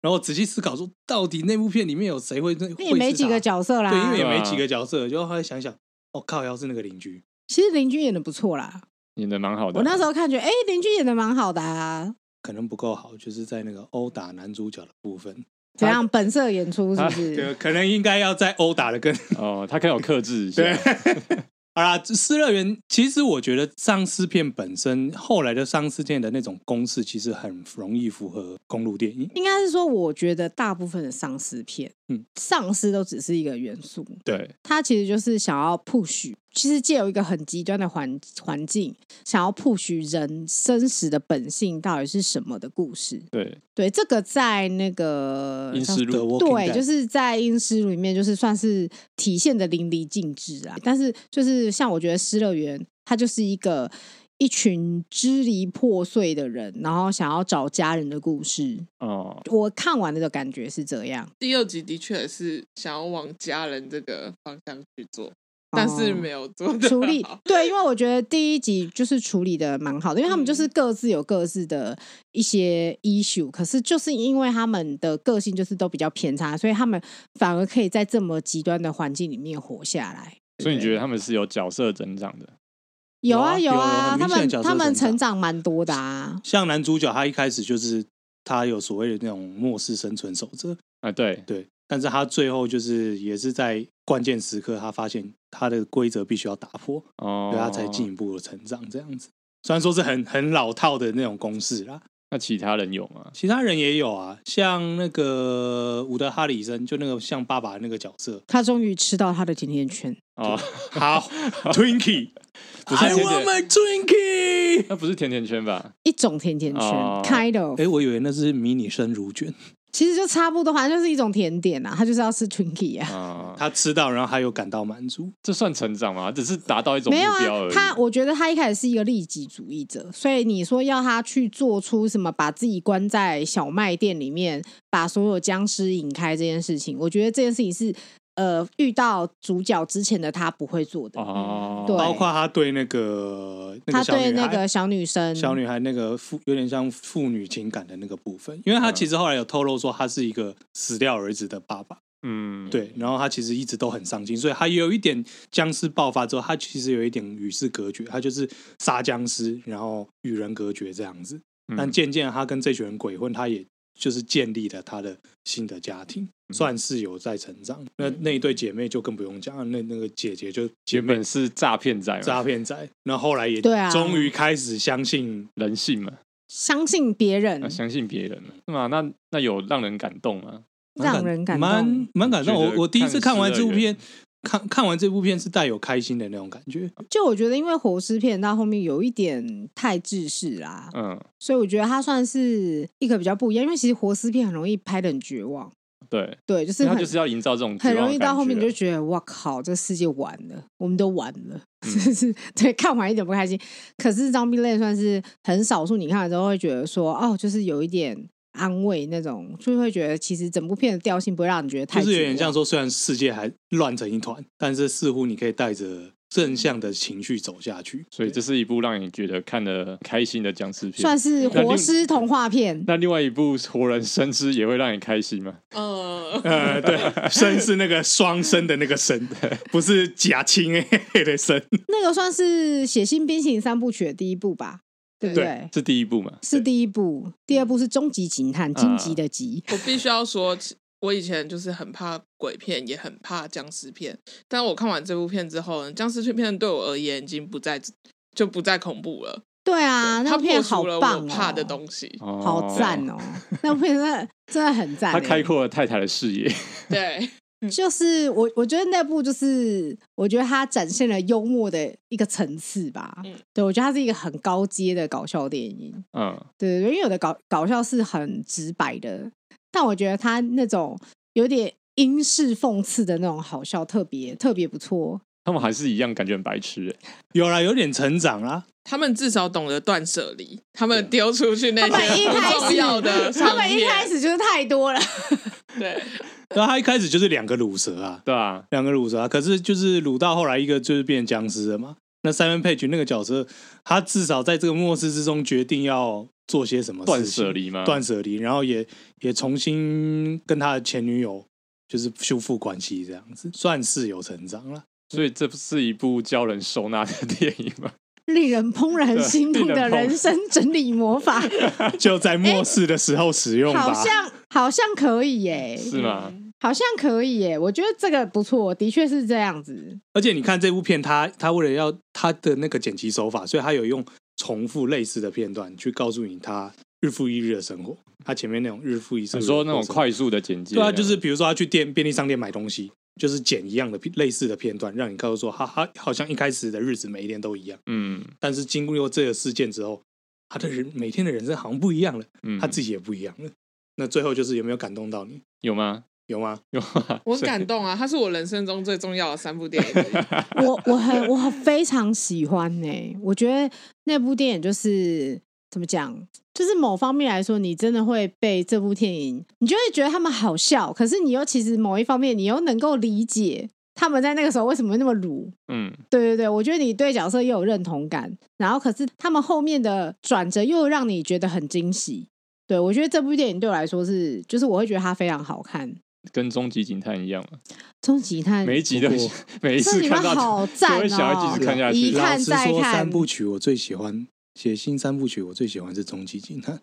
Speaker 1: 然后仔细思考说，到底那部片里面有谁 <laughs> 会
Speaker 4: 那也没几个，角色啦，
Speaker 1: 会是他对，因为也
Speaker 2: 对啊
Speaker 1: 没几个角色，就后来想想，哦靠，要是那个邻居，
Speaker 4: 其实林君演的不错啦。
Speaker 2: 演的蛮好的。
Speaker 4: 我那时候看觉得，哎、林君演的蛮好的啊，
Speaker 1: 可能不够好，就是在那个殴打男主角的部分，
Speaker 4: 怎样本色演出是不
Speaker 1: <laughs>
Speaker 4: 是？
Speaker 1: 对，可能应该要再殴打的更
Speaker 2: 哦，他可以有克制一下。
Speaker 1: 对，好啦，这失乐园其实我觉得丧尸片本身后来的丧尸片的那种公式，其实很容易符合公路电影。
Speaker 4: 应该是说，我觉得大部分的丧尸片，
Speaker 1: 嗯
Speaker 4: 丧尸都只是一个元素，
Speaker 2: 对，
Speaker 4: 它其实就是想要 push，其实借由一个很极端的环环境，想要 push 人真实的本性到底是什么的故事。
Speaker 2: 对，
Speaker 4: 对，这个在那个
Speaker 2: 阴尸路，
Speaker 1: The Walking
Speaker 4: 对，
Speaker 1: Dead
Speaker 4: 就是在《阴尸路》里面，就是算是体现的淋漓尽致啊。但是，就是像我觉得《失乐园》，它就是一个一群支离破碎的人，然后想要找家人的故事。
Speaker 2: 哦，
Speaker 4: 我看完的感觉是这样，
Speaker 3: 第二集的确是想要往家人这个方向去做，但是
Speaker 4: 哦
Speaker 3: 没有做得
Speaker 4: 处理
Speaker 3: 好
Speaker 4: 对，因为我觉得第一集就是处理的蛮好的，因为他们就是各自有各自的一些 issue，可是就是因为他们的个性就是都比较偏差，所以他们反而可以在这么极端的环境里面活下来。
Speaker 2: 所以你
Speaker 4: 得
Speaker 2: 觉得他们是有角色增长的？
Speaker 4: 有啊
Speaker 1: 有啊
Speaker 4: 啊，
Speaker 1: 有很明
Speaker 4: 他
Speaker 1: 显
Speaker 4: 们
Speaker 1: 的角色
Speaker 4: 他
Speaker 1: 成
Speaker 4: 们
Speaker 1: 长
Speaker 4: 成长蛮多的啊。
Speaker 1: 像男主角，他一开始就是他有所谓的那种末世生存守则，
Speaker 2: 啊，对，
Speaker 1: 对，但是他最后就是也是在关键时刻，他发现他的规则必须要打破，
Speaker 2: 哦，
Speaker 1: 所以他啊才进一。步的成长这样子。虽然说是很很老套的那种公式啦，
Speaker 2: 那其他人有吗？
Speaker 1: 其他人也有啊，像那个伍德哈里森，就那个像爸爸那个角色，
Speaker 4: 他终于吃到他的甜甜圈，
Speaker 2: 哦，
Speaker 1: <laughs> 好
Speaker 2: <laughs>
Speaker 1: ，Twinkie，
Speaker 2: 不是
Speaker 1: I
Speaker 2: 甜
Speaker 1: want
Speaker 2: 甜，
Speaker 1: my <laughs> Twinkie。
Speaker 2: 那不是甜甜圈吧？
Speaker 4: 一种甜甜圈、
Speaker 2: 哦
Speaker 4: k i n d of，
Speaker 1: 哎、我以为那是迷你生乳卷，
Speaker 4: 其实就差不多，反正就是一种甜点啊，他就是要吃 Twinkie 啊。
Speaker 2: 啊，
Speaker 1: 他吃到，然后他又感到满足。
Speaker 2: 这算成长吗？只是达到一种目
Speaker 4: 没有
Speaker 2: 标
Speaker 4: 啊
Speaker 2: 而，已。
Speaker 4: 他我觉得他一开始是一个利己主义者，所以你说要他去做出什么把自己关在小卖店里面，把所有僵尸引开这件事情，我觉得这件事情是呃遇到主角之前的他不会做的，
Speaker 2: 哦，
Speaker 4: 对
Speaker 1: 包括他对那个那个
Speaker 4: 他
Speaker 1: 小女
Speaker 4: 对
Speaker 1: 孩，
Speaker 4: 那个小女生，
Speaker 1: 小女孩那个父有点像父女情感的那个部分，因为他
Speaker 2: 嗯
Speaker 1: 其实后来有透露说他是一个死掉儿子的爸爸，
Speaker 2: 嗯，
Speaker 1: 对，然后他其实一直都很伤心，所以他有一点僵尸爆发之后，他其实有一点与世隔绝，他就是杀僵尸，然后与人隔绝这样子。
Speaker 2: 嗯，
Speaker 1: 但渐渐他跟这群人鬼混，他也就是建立了他的新的家庭，
Speaker 2: 嗯
Speaker 1: 算是有在成长。那那一对姐妹就更不用讲，那那个姐姐就姐
Speaker 2: 原
Speaker 1: 妹
Speaker 2: 本是诈骗仔嘛，
Speaker 1: 诈骗仔，那后来也
Speaker 4: 对啊
Speaker 1: 终于开始相信
Speaker 2: 人性嘛，
Speaker 4: 相信别人
Speaker 2: 啊，相信别人嘛，是吗？那那有让人感动吗？
Speaker 1: 蛮
Speaker 4: 让人感动
Speaker 1: 蛮蛮感动。
Speaker 2: 我觉得
Speaker 1: 我我第一次看完这部
Speaker 2: 看失乐
Speaker 1: 片，看看完这部片是带有开心的那种感觉。
Speaker 4: 就我觉得，因为活尸片到后面有一点太制式啦，
Speaker 2: 嗯，
Speaker 4: 所以我觉得它算是一个比较不一样。因为其实活尸片很容易拍的很绝望，
Speaker 2: 对，
Speaker 4: 对，就是
Speaker 2: 因为
Speaker 4: 很
Speaker 2: 他就是要营造这种
Speaker 4: 很
Speaker 2: 绝望
Speaker 4: 容易
Speaker 2: 的
Speaker 4: 到
Speaker 2: 感
Speaker 4: 后面你
Speaker 2: 觉啊
Speaker 4: 就觉得哇靠，这世界完了，我们都完了，就 <laughs> 是对看完一点不开心。可是《张碧泪》算是很少数，你看了之后会觉得说，哦，就是有一点安慰那种，就会觉得其实整部片的调性不会让你觉得太
Speaker 1: 就是有
Speaker 4: 绝
Speaker 1: 点
Speaker 4: 望
Speaker 1: 像说，虽然世界还乱成一团，但是似乎你可以带着正向的情绪走下去。
Speaker 2: 所以这是一部让你觉得看得开心的僵尸片。
Speaker 4: 算是
Speaker 2: 那
Speaker 4: 活
Speaker 2: 另
Speaker 4: 尸童话片。
Speaker 2: 那另外一部《活人生吃》也会让你开心吗？
Speaker 3: 嗯， <laughs>
Speaker 1: <laughs> 呃，对，生是那个双生的那个 <laughs> 生，不是假亲嘿的 <laughs> 生。
Speaker 4: 那个算是《写信冰淇淋三部曲》的第一部吧，对不对？
Speaker 1: 对
Speaker 2: 是第一部嘛？
Speaker 4: 是第一部，第二部是《终极警探》，荆棘的棘。
Speaker 3: 我必须要说，我以前就是很怕鬼片，也很怕僵尸片，但我看完这部片之后呢，僵尸片对我而言已经不再就不再恐怖了。
Speaker 4: 对啊，
Speaker 3: 对
Speaker 4: 那
Speaker 3: 它
Speaker 4: 部片
Speaker 3: 破
Speaker 4: 好
Speaker 3: 除了
Speaker 4: 棒、
Speaker 3: 我
Speaker 4: 哦，
Speaker 3: 怕的东西。 <laughs>
Speaker 2: 哦
Speaker 4: 好赞哦！那部片真的真的很赞、
Speaker 2: 他
Speaker 4: 欸，
Speaker 2: 开阔了太太的视野， <laughs>
Speaker 3: 对，
Speaker 4: 就是我，我觉得那部就是，我觉得它展现了幽默的一个层次吧。
Speaker 3: 嗯
Speaker 4: 对，我觉得它是一个很高阶的搞笑电影。
Speaker 2: 嗯，
Speaker 4: 对对对，因为有的搞搞笑是很直白的，但我觉得它那种有点英式讽刺的那种好笑，特别特别不错。
Speaker 2: 他们还是一样感觉很白痴欸。
Speaker 1: 有啦，有点成长啦。
Speaker 3: 他们至少懂得断舍离，他们丢出去那
Speaker 4: 他们一
Speaker 3: 些
Speaker 4: 开
Speaker 3: 不重
Speaker 4: 始
Speaker 3: 要的
Speaker 4: 他
Speaker 3: 唱
Speaker 4: 们一
Speaker 3: 片
Speaker 4: 开始就是太多了。 <laughs>
Speaker 3: <laughs> 对，
Speaker 1: 然啊后他一开始就是两个乳蛇啊，
Speaker 2: 对啊，
Speaker 1: 两个乳蛇啊，可是就是乳到后来一个就是变僵尸了嘛。那 Simon Page 那个角色，他至少在这个末世之中决定要做些什么事
Speaker 4: 哦
Speaker 2: 断
Speaker 1: 情
Speaker 2: 舍离吗？啊
Speaker 1: 断舍离，然后也也重新跟他的前女友就是修复关系，这样子算是有成长
Speaker 2: <laughs>
Speaker 1: 了。
Speaker 2: 所以这不是一部教人收纳的电影吗？
Speaker 4: 令人怦然
Speaker 2: 对
Speaker 4: 心动的
Speaker 2: 令人怦然
Speaker 4: 人生整理魔法，
Speaker 1: 就在末世的时候使用
Speaker 4: 哎好
Speaker 1: 吧。
Speaker 4: 像好像可以耶、
Speaker 2: 是吗？
Speaker 3: 嗯
Speaker 4: 好像可以耶、我觉得这个不错，的确是这样子。
Speaker 1: 而且你看这部片，他他为了要他的那个剪辑手法，所以他有用重复类似的片段去告诉你他日复一日的生活。他前面那种日复一日，
Speaker 2: 你说那种快速的简介，
Speaker 1: 对啊，就是比如说他去店便利商店买东西，就是剪一样的片类似的片段，让你告诉说，哈哈，好像一开始的日子每一天都一样，
Speaker 2: 嗯
Speaker 1: 但是经过这个事件之后，他的人每天的人生好像不一样了，
Speaker 2: 嗯，
Speaker 1: 他自己也不一样了。那最后就是有没有感动到你？
Speaker 2: 有吗？
Speaker 1: 有吗？
Speaker 2: <laughs> 有啊，
Speaker 3: 我很
Speaker 2: 是
Speaker 3: 感动啊！它是我人生中最重要的三部电影之
Speaker 4: <laughs>
Speaker 3: 一。
Speaker 4: 我我很我很非常喜欢呢、我觉得那部电影就是怎么讲，就是某方面来说，你真的会被这部电影，你就会觉得他们好笑，可是你又其实某一方面，你又能够理解他们在那个时候为什么会那么鲁。
Speaker 2: 嗯，
Speaker 4: 对对对，我觉得你对角色又有认同感，然后可是他们后面的转折又让你觉得很惊喜。对我觉得这部电影对我来说是，就是我会觉得它非常好看。
Speaker 2: 跟《终极警探》一样嘛，
Speaker 4: 终极探
Speaker 2: 每一集都
Speaker 1: 不过
Speaker 2: 每一
Speaker 4: 哎这
Speaker 2: 次
Speaker 4: 你
Speaker 2: 看
Speaker 4: 们
Speaker 2: 到
Speaker 4: 好
Speaker 2: 就
Speaker 4: 赞
Speaker 2: 会想要
Speaker 4: 哦
Speaker 2: 继续看下
Speaker 4: 一
Speaker 2: 去。
Speaker 4: 看
Speaker 1: 老实
Speaker 4: 再
Speaker 1: 说，
Speaker 4: 看
Speaker 1: 三部曲我最喜欢，写新三部曲我最喜欢是《终极警探》，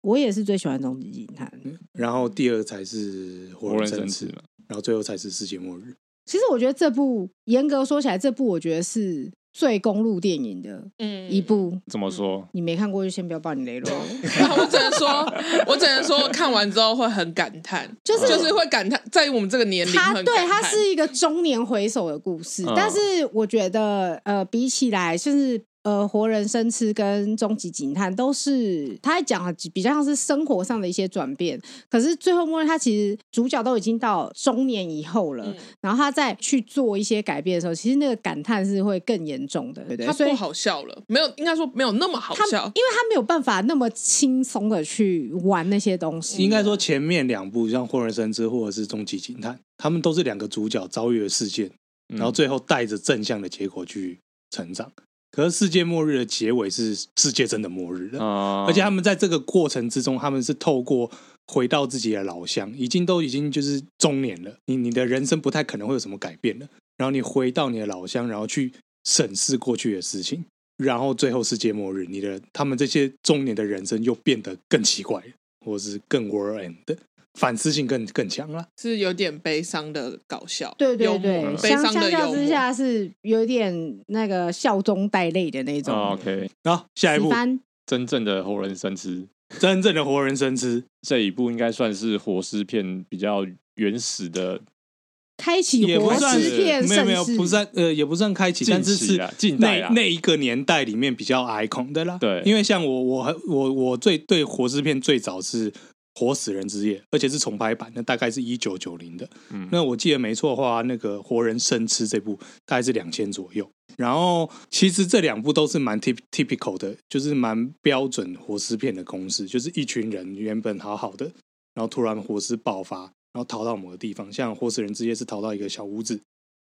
Speaker 4: 我也是最喜欢终极警探。
Speaker 2: 嗯
Speaker 1: 然后第二才是《活
Speaker 2: 活
Speaker 1: 人
Speaker 2: 人
Speaker 1: 生
Speaker 2: 生
Speaker 1: 死
Speaker 2: 死》，嘛，
Speaker 1: 然后最后才是《世界末日》。
Speaker 4: 其实我觉得这部严格说起来，这部我觉得是最公路电影的
Speaker 3: 嗯
Speaker 4: 一部。
Speaker 2: 怎么说？
Speaker 4: 你没看过就先不要爆你雷喽。
Speaker 3: <laughs>
Speaker 2: <laughs>
Speaker 3: 然后我只能说，我只能说，看完之后会很感叹，
Speaker 4: <laughs> 就是
Speaker 3: 就是会感叹，在我们这个年龄
Speaker 4: 它
Speaker 3: 很感叹，
Speaker 4: 对它是一个中年回首的故事，
Speaker 2: 嗯
Speaker 4: 但是我觉得呃，比起来就是。呃，活人生吃跟终极警探都是他在讲的比较像是生活上的一些转变，可是最后末日他其实主角都已经到中年以后了，
Speaker 3: 嗯
Speaker 4: 然后他再去做一些改变的时候，其实那个感叹是会更严重的，对不对？
Speaker 3: 它
Speaker 4: 所以
Speaker 3: 不好笑了，没有，应该说没有那么好
Speaker 4: 他
Speaker 3: 笑。
Speaker 4: 因为他没有办法那么轻松的去玩那些东西。
Speaker 1: 应该说前面两部像《霍人生之》或者是《终极警探》，他们都是两个主角遭遇了事件，
Speaker 2: 嗯
Speaker 1: 然后最后带着正向的结果去成长。可是世界末日的结尾是世界真的末日了，
Speaker 2: 啊，
Speaker 1: 而且他们在这个过程之中，他们是透过回到自己的老乡，已经都已经就是中年了，你你的人生不太可能会有什么改变了。然后你回到你的老乡，然后去审视过去的事情，然后最后世界末日，你的他们这些中年的人生又变得更奇怪，或是更 world end，反思性更更强了。
Speaker 3: 是有点悲伤的搞笑，
Speaker 4: 对
Speaker 3: 幽
Speaker 4: 对
Speaker 3: 默
Speaker 2: 啊
Speaker 4: 对，
Speaker 3: 悲
Speaker 4: 相
Speaker 3: 伤
Speaker 4: 相
Speaker 3: 的
Speaker 4: 较
Speaker 3: 幽
Speaker 4: 之
Speaker 3: 默。
Speaker 4: 下是有点那个笑中带泪的那种。
Speaker 2: 啊 OK，
Speaker 1: 好，下一
Speaker 4: 喜
Speaker 1: 部
Speaker 4: 欢
Speaker 2: 真正的活人生吃
Speaker 1: 真正的活人生吃，
Speaker 2: 这一部应该算是活尸片比较原始的
Speaker 4: 开启
Speaker 1: 也不
Speaker 4: 活
Speaker 1: 算
Speaker 4: 尸片
Speaker 1: 没有没有
Speaker 4: 盛
Speaker 1: 不
Speaker 4: 世，
Speaker 1: 算呃也不算开启，
Speaker 2: 近
Speaker 1: 但是
Speaker 2: 期
Speaker 1: 是
Speaker 2: 啦，近代
Speaker 1: 那
Speaker 2: 啦，
Speaker 1: 那一个年代里面比较 icon 的啦。
Speaker 2: 对
Speaker 1: 因为像我我我我最对活尸片最早是《活死人之夜》，而且是重拍版，那大概是一九九零的。
Speaker 2: 嗯
Speaker 1: 那我记得没错的话，那个《活人生吃》这部大概是两千左右。然后其实这两部都是蛮 typ- typical 的，就是蛮标准活尸片的公式，就是一群人原本好好的，然后突然活尸爆发，然后逃到某个地方。像《活死人之夜》是逃到一个小屋子，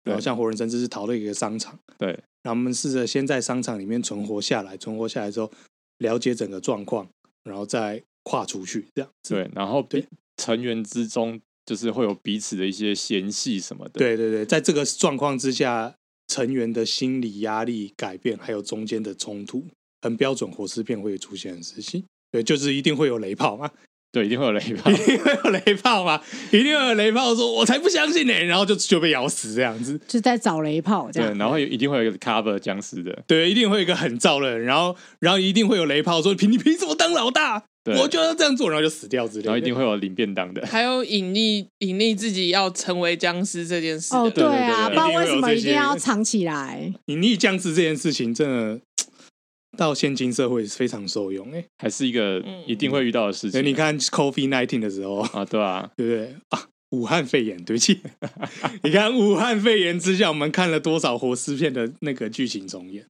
Speaker 1: 然后
Speaker 2: 对
Speaker 1: 像《活人生吃》是逃到一个商场。
Speaker 2: 对，
Speaker 1: 然后我们试着先在商场里面存活下来，存活下来之后了解整个状况，然后再跨出去，这样子。
Speaker 2: 对，然后
Speaker 1: 对
Speaker 2: 彼成员之中就是会有彼此的一些嫌隙什么的。，
Speaker 1: 对对对，在这个状况之下，成员的心理压力改变，还有中
Speaker 2: <laughs>
Speaker 1: 间的冲突，很标准活尸片会出现的事情。对，就是一定会有雷炮嘛。
Speaker 2: 对，一定会有雷
Speaker 4: <laughs>
Speaker 2: 炮
Speaker 1: 一。定会有雷炮嘛，一定会有雷炮说，我才不相信呢、然后就就被咬死这样子。
Speaker 4: 就在找雷炮这
Speaker 2: 对，
Speaker 4: 样。
Speaker 2: 然后有一定会有一个 cover 僵尸的，
Speaker 1: 对，一定会有一个很燥的人，然后然后一定会有雷炮说，凭你凭什么当老大？
Speaker 2: 对，
Speaker 1: 我就要这样做，然后就死掉之类的。
Speaker 2: 然后一定会有领便当的，
Speaker 3: 还有隐匿隐匿自己要成为僵尸这件事的
Speaker 4: 哦，
Speaker 3: 人，
Speaker 2: 对对
Speaker 4: 啊，不
Speaker 2: 对
Speaker 4: 知道为什么
Speaker 1: 一定会有这些
Speaker 4: 一定要藏起来。
Speaker 1: 隐匿僵尸这件事情，真的到现今社会是非常受用哎、欸。
Speaker 2: 还是一个
Speaker 3: 嗯
Speaker 2: 一定会遇到的事
Speaker 1: 所
Speaker 2: 情。
Speaker 1: 以你看 COVID nineteen 的时候，
Speaker 2: 啊，对啊，
Speaker 1: 对不对啊？武汉肺炎，对不起， <laughs> 你看武汉肺炎之下，我们看了多少活尸片的那个剧情重演，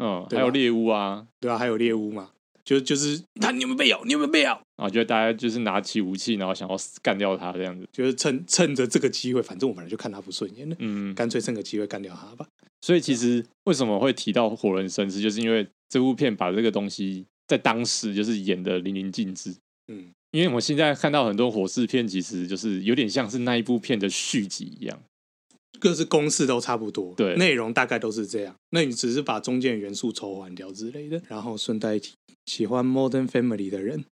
Speaker 2: 嗯，
Speaker 1: 对
Speaker 2: 还
Speaker 1: 吧
Speaker 2: 有猎物啊，
Speaker 1: 对吧、还有猎物嘛，就就是他，你有没有被咬？你有没有被咬？
Speaker 2: 啊，觉得大家就是拿起武器，然后想要干掉他这样子。
Speaker 1: 就是趁趁着这个机会，反正我本来就看他不顺眼了，
Speaker 2: 嗯，
Speaker 1: 干脆趁个机会干掉他吧。
Speaker 2: 所以其实为什么会提到活人生死，就是因为这部片把这个东西在当时就是演的淋漓尽致。
Speaker 1: 嗯，
Speaker 2: 因为我们现在看到很多火式片，其实就是有点像是那一部片的续集一样。
Speaker 1: 各自公式都差不多，
Speaker 2: 对
Speaker 1: 内容大概都是这样。那你只是把中间的元素抽换掉之类的，然后顺带一提，喜欢 Modern Family 的人，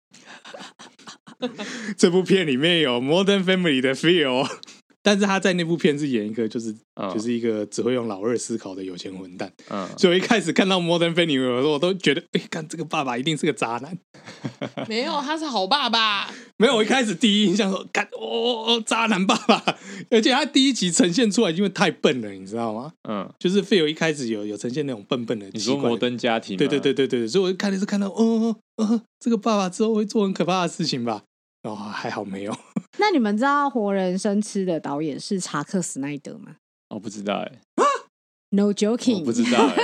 Speaker 1: <laughs> 这部片里面有 Modern Family 的 feel，但是他在那部片是演一个就是、
Speaker 2: 嗯
Speaker 1: 就是一个只会用老二思考的有钱混蛋，
Speaker 2: 嗯，
Speaker 1: 所以我一开始看到 Modern Family 的时候，我都觉得，哎、看这个爸爸一定是个渣男。
Speaker 3: 没有，他是好爸爸，
Speaker 1: 没有，我一开始第一印象说，干哦哦哦，渣男爸爸，而且他第一集呈现出来，因为太笨了，你知道吗？
Speaker 2: 嗯，
Speaker 1: 就是 Phil 一开始有有呈现那种笨笨的，
Speaker 2: 你说摩，登家庭吗？
Speaker 1: 对对对对对，所以我就看的是看到，哦哦哦，这个爸爸之后会做很可怕的事情吧？哦，还好没有， <laughs>
Speaker 4: 那你们知道《活人生吃》的导演是查克·史奈德吗
Speaker 2: 哦，不知道哎、
Speaker 4: ？No
Speaker 2: 我
Speaker 4: joking，
Speaker 2: 不知道哎、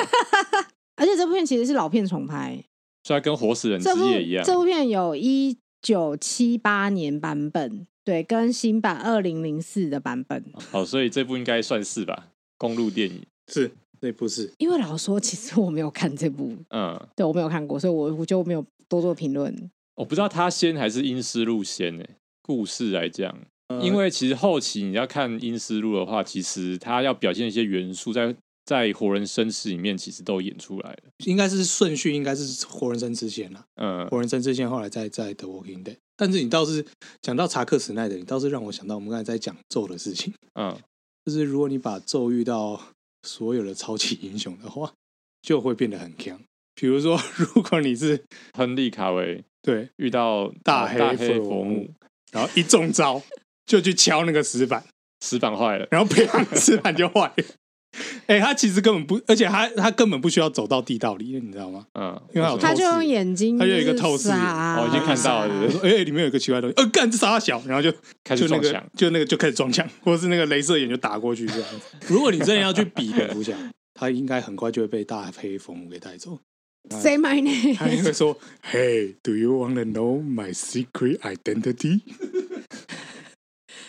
Speaker 4: 而且这部片其实是老片重拍，
Speaker 2: 虽然跟活死人之
Speaker 4: 这部
Speaker 2: 夜一样，
Speaker 4: 这部片有一九七八年版本，对，跟新版二零零四的版本。
Speaker 2: 哦，所以这部应该算是吧，公路电影。
Speaker 1: 是那不是
Speaker 4: 因为老实说，其实我没有看这部，
Speaker 2: 嗯，
Speaker 4: 对我没有看过，所以我我就没有多做评论。
Speaker 2: 我不知道他先还是阴尸路先呢、故事来讲，
Speaker 1: 呃
Speaker 2: 因为其实后期你要看阴尸路的话，其实他要表现一些元素在在活人绅士里面其实都演出来了。
Speaker 1: 应该是顺序，应该是活人生之前啦，
Speaker 2: 嗯，
Speaker 1: 活人生之前后来再再 The Walking Dead。但是你倒是讲到查克·史奈德，你倒是让我想到我们刚才在讲咒的事情。
Speaker 2: 嗯，
Speaker 1: 就是如果你把咒遇到所有的超级英雄的话，就会变得很强。比如说，如果你是
Speaker 2: 亨利卡维
Speaker 1: 对，
Speaker 2: 遇到
Speaker 1: 哦大
Speaker 2: 呃
Speaker 1: 黑
Speaker 2: 大黑
Speaker 1: 佛母
Speaker 2: 佛母，
Speaker 1: 然后一中招就去敲那个石板，
Speaker 2: 石板坏了，
Speaker 1: 然后砰，石板就坏了。哎、他其实根本不，而且他他根本不需要走到地道里，你知道吗？ <laughs>
Speaker 2: 嗯，
Speaker 1: 因为他有透视
Speaker 4: 他
Speaker 2: 为什么
Speaker 4: 就用眼睛，
Speaker 1: 他就有一个透视眼
Speaker 4: 啊，
Speaker 2: 哦已经看到
Speaker 4: 杀
Speaker 2: 了对
Speaker 1: 他
Speaker 2: 不
Speaker 1: 说：“哎、里面有个奇怪的东西，呃，干这傻小。”然后 <laughs> 就
Speaker 2: 开始
Speaker 1: 就那
Speaker 2: 撞
Speaker 1: 个
Speaker 2: 墙。
Speaker 1: 就那个就开始撞墙，或是那个镭射眼就打过去这样子。 <laughs> 如果你真的要去比蝙蝠侠， <laughs> 他应该很快就会被大黑风给带走。
Speaker 4: Say my
Speaker 1: 他
Speaker 2: <laughs>
Speaker 1: 应
Speaker 4: name，
Speaker 1: 该说：“Hey, do you want to know my secret identity?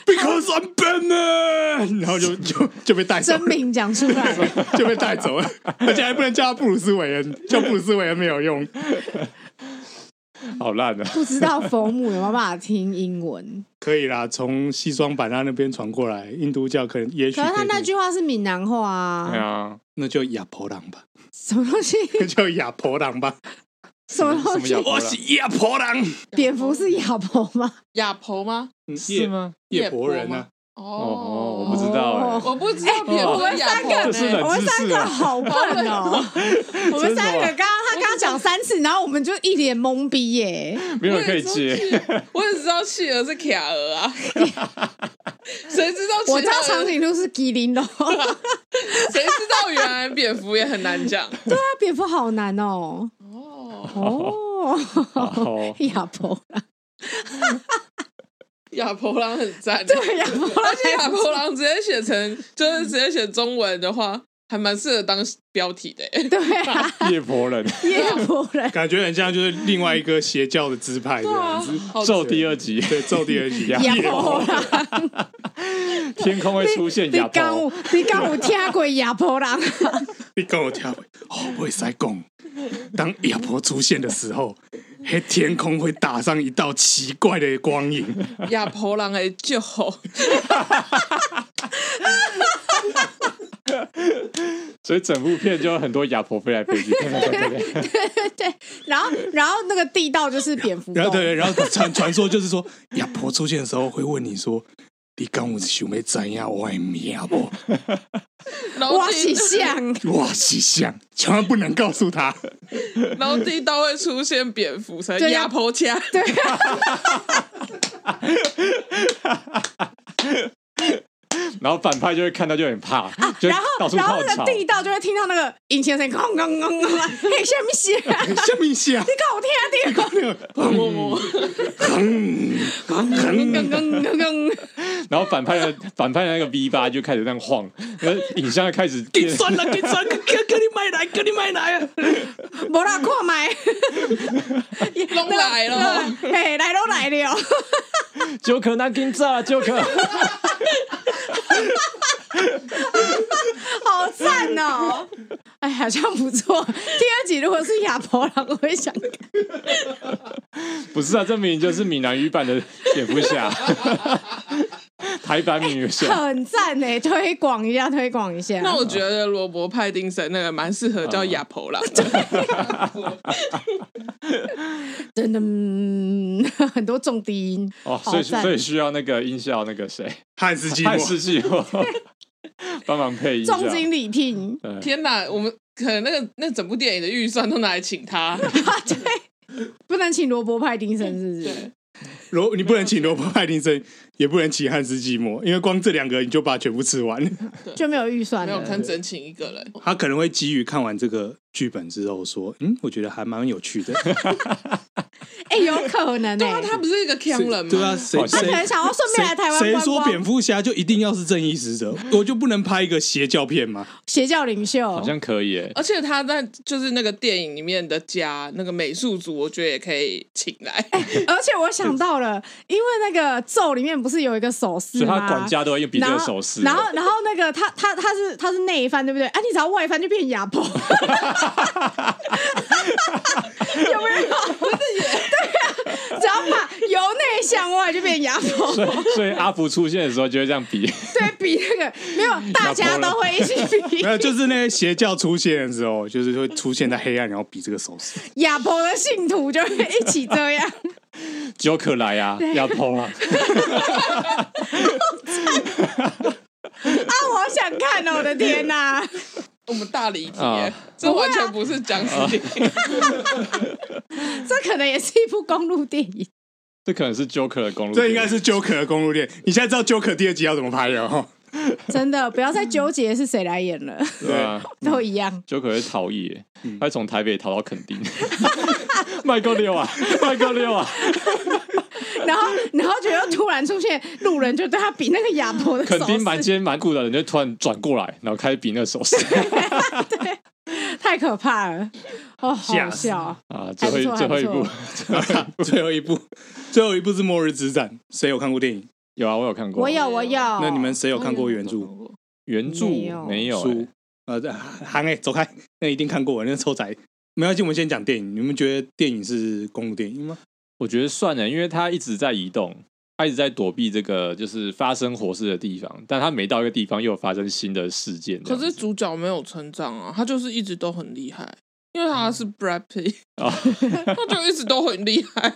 Speaker 1: Because I'm Batman。”然后就 <laughs> 就就被带走
Speaker 4: 真
Speaker 1: 了，
Speaker 4: 名讲出来。
Speaker 1: <laughs> 就被带走了，而且还不能叫他布鲁斯韦恩，叫布鲁斯韦恩没有用。
Speaker 2: 好烂啊！
Speaker 4: 不知道佛母有没有办法听英文，
Speaker 1: 可以啦，从西双版纳那边传过来，印度教可能也许
Speaker 4: 可是他
Speaker 1: 可以
Speaker 4: 那句话是闽南话
Speaker 2: 对
Speaker 4: 啊，
Speaker 2: 啊，
Speaker 1: 那就亚婆郎吧，
Speaker 4: 什么东西？
Speaker 1: 那就亚婆郎吧。
Speaker 4: 什么东西
Speaker 2: <laughs> 什么？亚
Speaker 1: 我是夜婆人，
Speaker 4: 蝙蝠是亚婆吗？
Speaker 3: 亚婆吗？
Speaker 2: 是吗？
Speaker 1: 夜嗯婆人
Speaker 3: 吗
Speaker 1: 啊，？
Speaker 3: 哦，
Speaker 2: 哦，我不知道哎、
Speaker 3: 我不知道蝙蝠跟亚婆
Speaker 2: 这是
Speaker 3: 呢
Speaker 2: 冷
Speaker 4: 我们
Speaker 2: 知
Speaker 4: 三
Speaker 2: 识
Speaker 4: 个
Speaker 2: 啊！
Speaker 4: 好笨哦！我们三个刚刚他刚刚讲三次，然后我们就一脸懵逼耶。
Speaker 2: 没有人可以接。
Speaker 3: 我只知道企鹅是卡鹅
Speaker 2: <laughs>
Speaker 3: 啊，谁知道其他
Speaker 4: 我知道
Speaker 3: 的
Speaker 4: 长颈鹿是吉林的，对
Speaker 3: 谁知道原来蝙蝠也很难讲
Speaker 4: 啊，蝙蝠好难哦。
Speaker 3: 哦。
Speaker 4: 哦，
Speaker 2: 哦，
Speaker 4: 亚婆，
Speaker 3: 亚婆郎很赞，
Speaker 4: 对亚婆
Speaker 3: 而且亚婆郎直接写成就是直接写中文的话，还蛮适合当标题的。
Speaker 4: <laughs> 对啊，
Speaker 2: 夜
Speaker 1: <laughs>
Speaker 2: 婆人，
Speaker 4: 夜婆人。
Speaker 1: 感觉很像就是另外一个邪教的支派这样子。
Speaker 3: 好
Speaker 2: 咒第二集，
Speaker 1: 对，咒第二集，
Speaker 2: 亚
Speaker 4: 亚
Speaker 1: 夜
Speaker 4: 婆
Speaker 1: 婆
Speaker 4: 人，
Speaker 2: 天空会出现
Speaker 4: 你
Speaker 2: 亚
Speaker 4: 敢
Speaker 2: 婆
Speaker 4: 有，你敢有听过亚婆人？
Speaker 1: 你跟我跳，哦，我塞讲，当夜婆出现的时候，黑天空会打上一道奇怪的光影。
Speaker 3: 亚婆郎哎，
Speaker 4: <laughs>
Speaker 3: 就吼
Speaker 2: 所以整部片就有很多亚婆飞来飞去。
Speaker 4: 对，然后然后那个地道就是蝙蝠
Speaker 1: 然后
Speaker 4: 洞，
Speaker 1: 对，然后传传说就是说，亚婆出现的时候会问你说：“你刚我想要怎样？我也没亚婆，
Speaker 3: 楼
Speaker 4: 哇，
Speaker 3: 梯
Speaker 4: 喜象，
Speaker 1: 哇，是像，千万不能告诉 <laughs> 他。
Speaker 3: 楼梯都会出现蝙蝠，才
Speaker 4: 对啊
Speaker 3: 压迫
Speaker 4: <laughs>
Speaker 3: 枪。
Speaker 4: 对，
Speaker 2: 然后反派就会看到就很怕，就会
Speaker 4: 啊然后
Speaker 2: 到处
Speaker 4: 然后
Speaker 2: 泡
Speaker 4: 那
Speaker 2: 茶
Speaker 4: 个。地道就会听到那个引擎的声音，咣咣咣咣，嘿，下面写，你
Speaker 1: 下面下，
Speaker 4: 看我听到
Speaker 3: 我我
Speaker 4: 咣咣咣咣，
Speaker 2: 然后反派的反派的那个 V 八就开始那样晃，然后影像就
Speaker 4: <laughs>
Speaker 2: 开始变，
Speaker 1: 酸了，给酸，给给你买来，给你买来。
Speaker 4: 无啦，看麦，
Speaker 3: 弄来了，
Speaker 4: 嘿，来都来了，
Speaker 2: 就可能跟炸，就可。
Speaker 4: <laughs> 好赞哦！哎，好像不错。第二集如果是亚伯朗，我会想看。
Speaker 2: 不是啊，这明明就是闽南语版的蝙蝠侠，台版闽语侠。
Speaker 4: <laughs> 很赞呢，推广一下，推广一下。
Speaker 3: 那我觉得罗伯派丁森那个蛮适合
Speaker 2: 嗯
Speaker 3: 叫亚婆
Speaker 4: <laughs>
Speaker 3: 郎的，
Speaker 4: 真的、嗯、 <laughs> 很多重低音
Speaker 2: 哦，所以
Speaker 4: 好赞
Speaker 2: 所以需要那个音效，那个谁，
Speaker 1: 汉斯基
Speaker 2: 汉
Speaker 1: 默，
Speaker 2: 斯季
Speaker 4: <laughs>
Speaker 2: 默帮忙配音效。
Speaker 4: 重金礼聘，
Speaker 2: 对，
Speaker 3: 天哪！我们可能那个那整部电影的预算都拿来请他，
Speaker 4: 不能请罗伯派丁森，是不是
Speaker 3: 对？
Speaker 1: 罗你不能请罗伯派丁森，也不能请汉斯基默，因为光这两个你就把全部吃完。
Speaker 4: 就没有预算
Speaker 3: 没
Speaker 4: 了
Speaker 3: 有。看整请一个人。
Speaker 1: 他可能会基于看完这个剧本之后说：“嗯，我觉得还蛮有趣的。
Speaker 4: 哎、有可能
Speaker 3: 对
Speaker 4: 呢、
Speaker 3: 啊，他不是一个 cam 人吗？
Speaker 1: 对啊，谁
Speaker 2: 好
Speaker 1: 谁
Speaker 2: 像
Speaker 4: 他可能想要顺便来台湾
Speaker 1: 谁
Speaker 4: 观
Speaker 1: 说蝙
Speaker 4: 光，
Speaker 1: 蝠侠就一定要是正义使者？我就不能拍一个邪教片
Speaker 4: <laughs>
Speaker 1: 吗？
Speaker 4: 邪教领袖
Speaker 2: 好。像可以
Speaker 4: 哦
Speaker 2: 耶。
Speaker 3: 而且他在就是那个电影里面的家，那个美术组，我觉得也可以请来。
Speaker 4: 而且我想到了，因为那个咒里面不是有一个手势
Speaker 2: 所以
Speaker 4: 吗？
Speaker 2: 他管家都要用比这
Speaker 4: 然
Speaker 2: 个
Speaker 4: 后
Speaker 2: 手势。
Speaker 4: 然后，然后那个他他他是他是内翻对不对？啊，你只要外翻就变哑巴，有没有？对啊，只要把由内向外就变哑巴，
Speaker 2: 所以所以阿福出现的时候就会这样比，
Speaker 4: 对比那个没有，大家都会一起比
Speaker 1: 没有，就是那些邪教出现的时候，就是会出现在黑暗，然后比这个手势。
Speaker 4: 哑巴的信徒就会一起这样，
Speaker 2: 就可来啊，要抛啊。
Speaker 4: 啊，我好想看哦，我的天哪、
Speaker 3: 我们大离题耶，
Speaker 2: 啊
Speaker 3: 这完全不是讲事情。
Speaker 4: 这可能也是一部公路电影。
Speaker 2: 这可能是 Joker 的公路片，
Speaker 1: 这应该是 Joker 的公路店。你现在知道 Joker 第二集要怎么拍了哦
Speaker 2: <laughs>
Speaker 1: 哈？
Speaker 4: 真的，不要再纠结是谁来演了，
Speaker 2: 对啊。
Speaker 4: 都一样。
Speaker 2: Joker 是逃逸耶，
Speaker 1: 嗯
Speaker 2: 他从台北逃到垦丁， <laughs> 卖够六啊，卖够
Speaker 4: <laughs>
Speaker 2: 六啊，
Speaker 4: 然后，然后就又突然出现路人，就对他比那个哑婆的手
Speaker 2: 垦丁
Speaker 4: 势
Speaker 2: 蛮尖蛮酷的人就突然转过来，然后开始比那个手势
Speaker 4: 太可怕了，哦，好
Speaker 1: 吓死
Speaker 4: 笑。
Speaker 2: 啊，最后一
Speaker 4: 还不错
Speaker 2: 最后一
Speaker 4: 还不
Speaker 2: 部
Speaker 4: 错
Speaker 1: 最后一部，最后一部是《末日之战》，谁有看过电影？
Speaker 2: <laughs> 有啊，我有看过，
Speaker 4: 我有，哦我有。
Speaker 1: 那你们谁有看过
Speaker 3: <laughs>
Speaker 1: 原著？
Speaker 2: 原著
Speaker 4: 没有
Speaker 2: 没有欸
Speaker 1: 书
Speaker 2: 耶，？
Speaker 1: 呃，韩哎，走开，那一定看过，那臭仔。没关系，我们先讲电影。你们觉得电影是公路电影吗？
Speaker 2: 我觉得算了，因为他一直在移动，他一直在躲避这个就是发生火事的地方，但他每到一个地方又有发生新的事件这
Speaker 3: 可
Speaker 2: 样子，
Speaker 3: 是主角没有成长啊，他就是一直都很厉害，因为他是 Brad Pitt，、
Speaker 2: 啊
Speaker 3: <laughs> 他就一直都很厉害。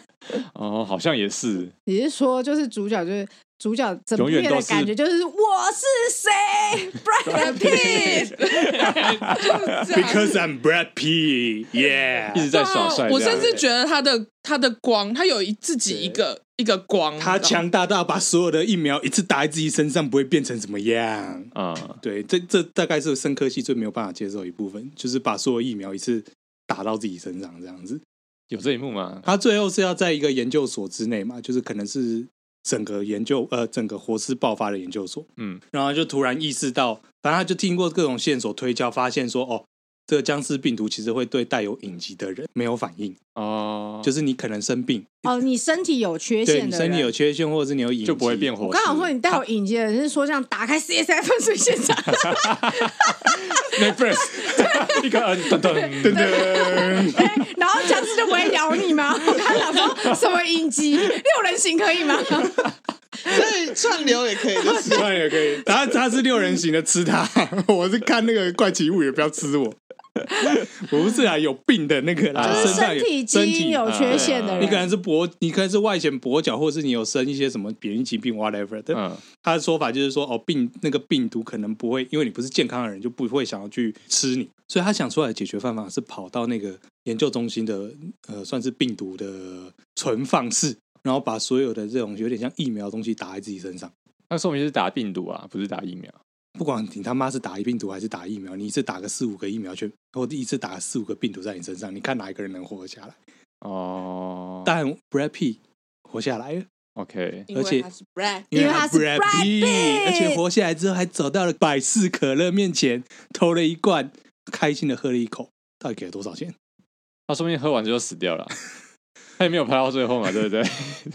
Speaker 2: 哦，好像也是，
Speaker 4: 你是说就是主角就是主角整部
Speaker 2: 永远
Speaker 4: 片的
Speaker 2: 都是
Speaker 4: 感觉就是我是
Speaker 1: <laughs>
Speaker 4: 谁，Brad Pitt，
Speaker 3: 就是这
Speaker 4: 啊
Speaker 3: 样
Speaker 1: Because I'm Brad Pitt, yeah
Speaker 2: 一。直在耍
Speaker 3: 对啊
Speaker 2: 帅这样子，
Speaker 3: 我甚至觉得他的他的光，他有一自己一个一个光，
Speaker 1: 他
Speaker 3: 你知道吗
Speaker 1: 强大到把所有的疫苗一次打在自己身上，不会变成怎么样。
Speaker 2: 啊、
Speaker 1: 对，这这大概是生科系最没有办法接受的一部分，就是把所有疫苗一次打到自己身上这样子。
Speaker 2: 有这一幕吗？
Speaker 1: 他最后是要在一个研究所之内嘛，就是可能是整个研究呃整个活尸爆发的研究所，
Speaker 2: 嗯，
Speaker 1: 然后他就突然意识到，反正他就经过各种线索推敲，发现说哦，这个僵尸病毒其实会对带有隐疾的人没有反应，
Speaker 2: 哦，
Speaker 1: 就是你可能生病，
Speaker 4: 哦，你身体有缺
Speaker 1: 对
Speaker 4: 陷
Speaker 1: 你
Speaker 4: 的
Speaker 1: 身体有
Speaker 4: 人。
Speaker 1: 缺陷，或者是你有隐疾
Speaker 2: 就不会变。火。
Speaker 4: 我刚好说你带我引荐的人是说这样打开 CSI 犯罪现场，
Speaker 2: Netflix 一个嗯噔噔
Speaker 1: 噔噔，
Speaker 4: 对然后僵
Speaker 1: <laughs>
Speaker 4: 尸就不会咬你吗？我刚想说什么影集六人行可以吗？
Speaker 5: 所以串流也可以，就是
Speaker 1: 那也可以。 <laughs> 他他是六人行的，吃他； <laughs> 我是看那个怪奇物语，不要吃我。 <laughs> 我不是啊，有病的那个啦，
Speaker 4: 就
Speaker 2: 啊
Speaker 4: 是
Speaker 1: 身上
Speaker 4: 身
Speaker 1: 有呃
Speaker 4: 体基因有缺陷的
Speaker 1: 你
Speaker 4: 人，
Speaker 1: 可能是跛，你可能是外显跛脚，或是你有生一些什么免疫疾病 whatever 的。
Speaker 2: 嗯，
Speaker 1: 他的说法就是说，哦，病那个病毒可能不会，因为你不是健康的人，就不会想要去吃你。所以他想出来的解决办法是跑到那个研究中心的呃，算是病毒的存放室，然后把所有的这种有点像疫苗的东西打在自己身上。
Speaker 2: 那说明是打病毒啊，不是打疫苗。
Speaker 1: 不管你他妈是打一病毒还是打疫苗，你一次打个四五个疫苗去，或者一次打四五个病毒在你身上，你看哪一个人能活得下来？
Speaker 2: 哦
Speaker 1: 但 Brad Pitt 活下来了，
Speaker 2: ，OK，
Speaker 1: 而且
Speaker 5: 因为它是 Brad
Speaker 4: 因为他是
Speaker 1: Brad
Speaker 4: Brad Pitt
Speaker 1: 而且活下来之后还走到了百事可乐面前，偷了一罐，开心的喝了一口。到底给了多少钱？ <laughs>
Speaker 2: 他说不定喝完之后死掉了，他也没有拍到最后嘛，对不对？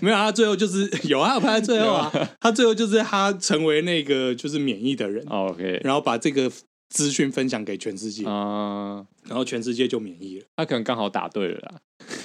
Speaker 1: 没有，啊他最后就是有啊，有拍到最后啊，他最后就是他成为那个就是免疫的人，
Speaker 2: 哦 OK，
Speaker 1: 然后把这个资讯分享给全世界，
Speaker 2: 啊，
Speaker 1: 然后全世界就免疫了。
Speaker 2: 他可能刚好打对了啦。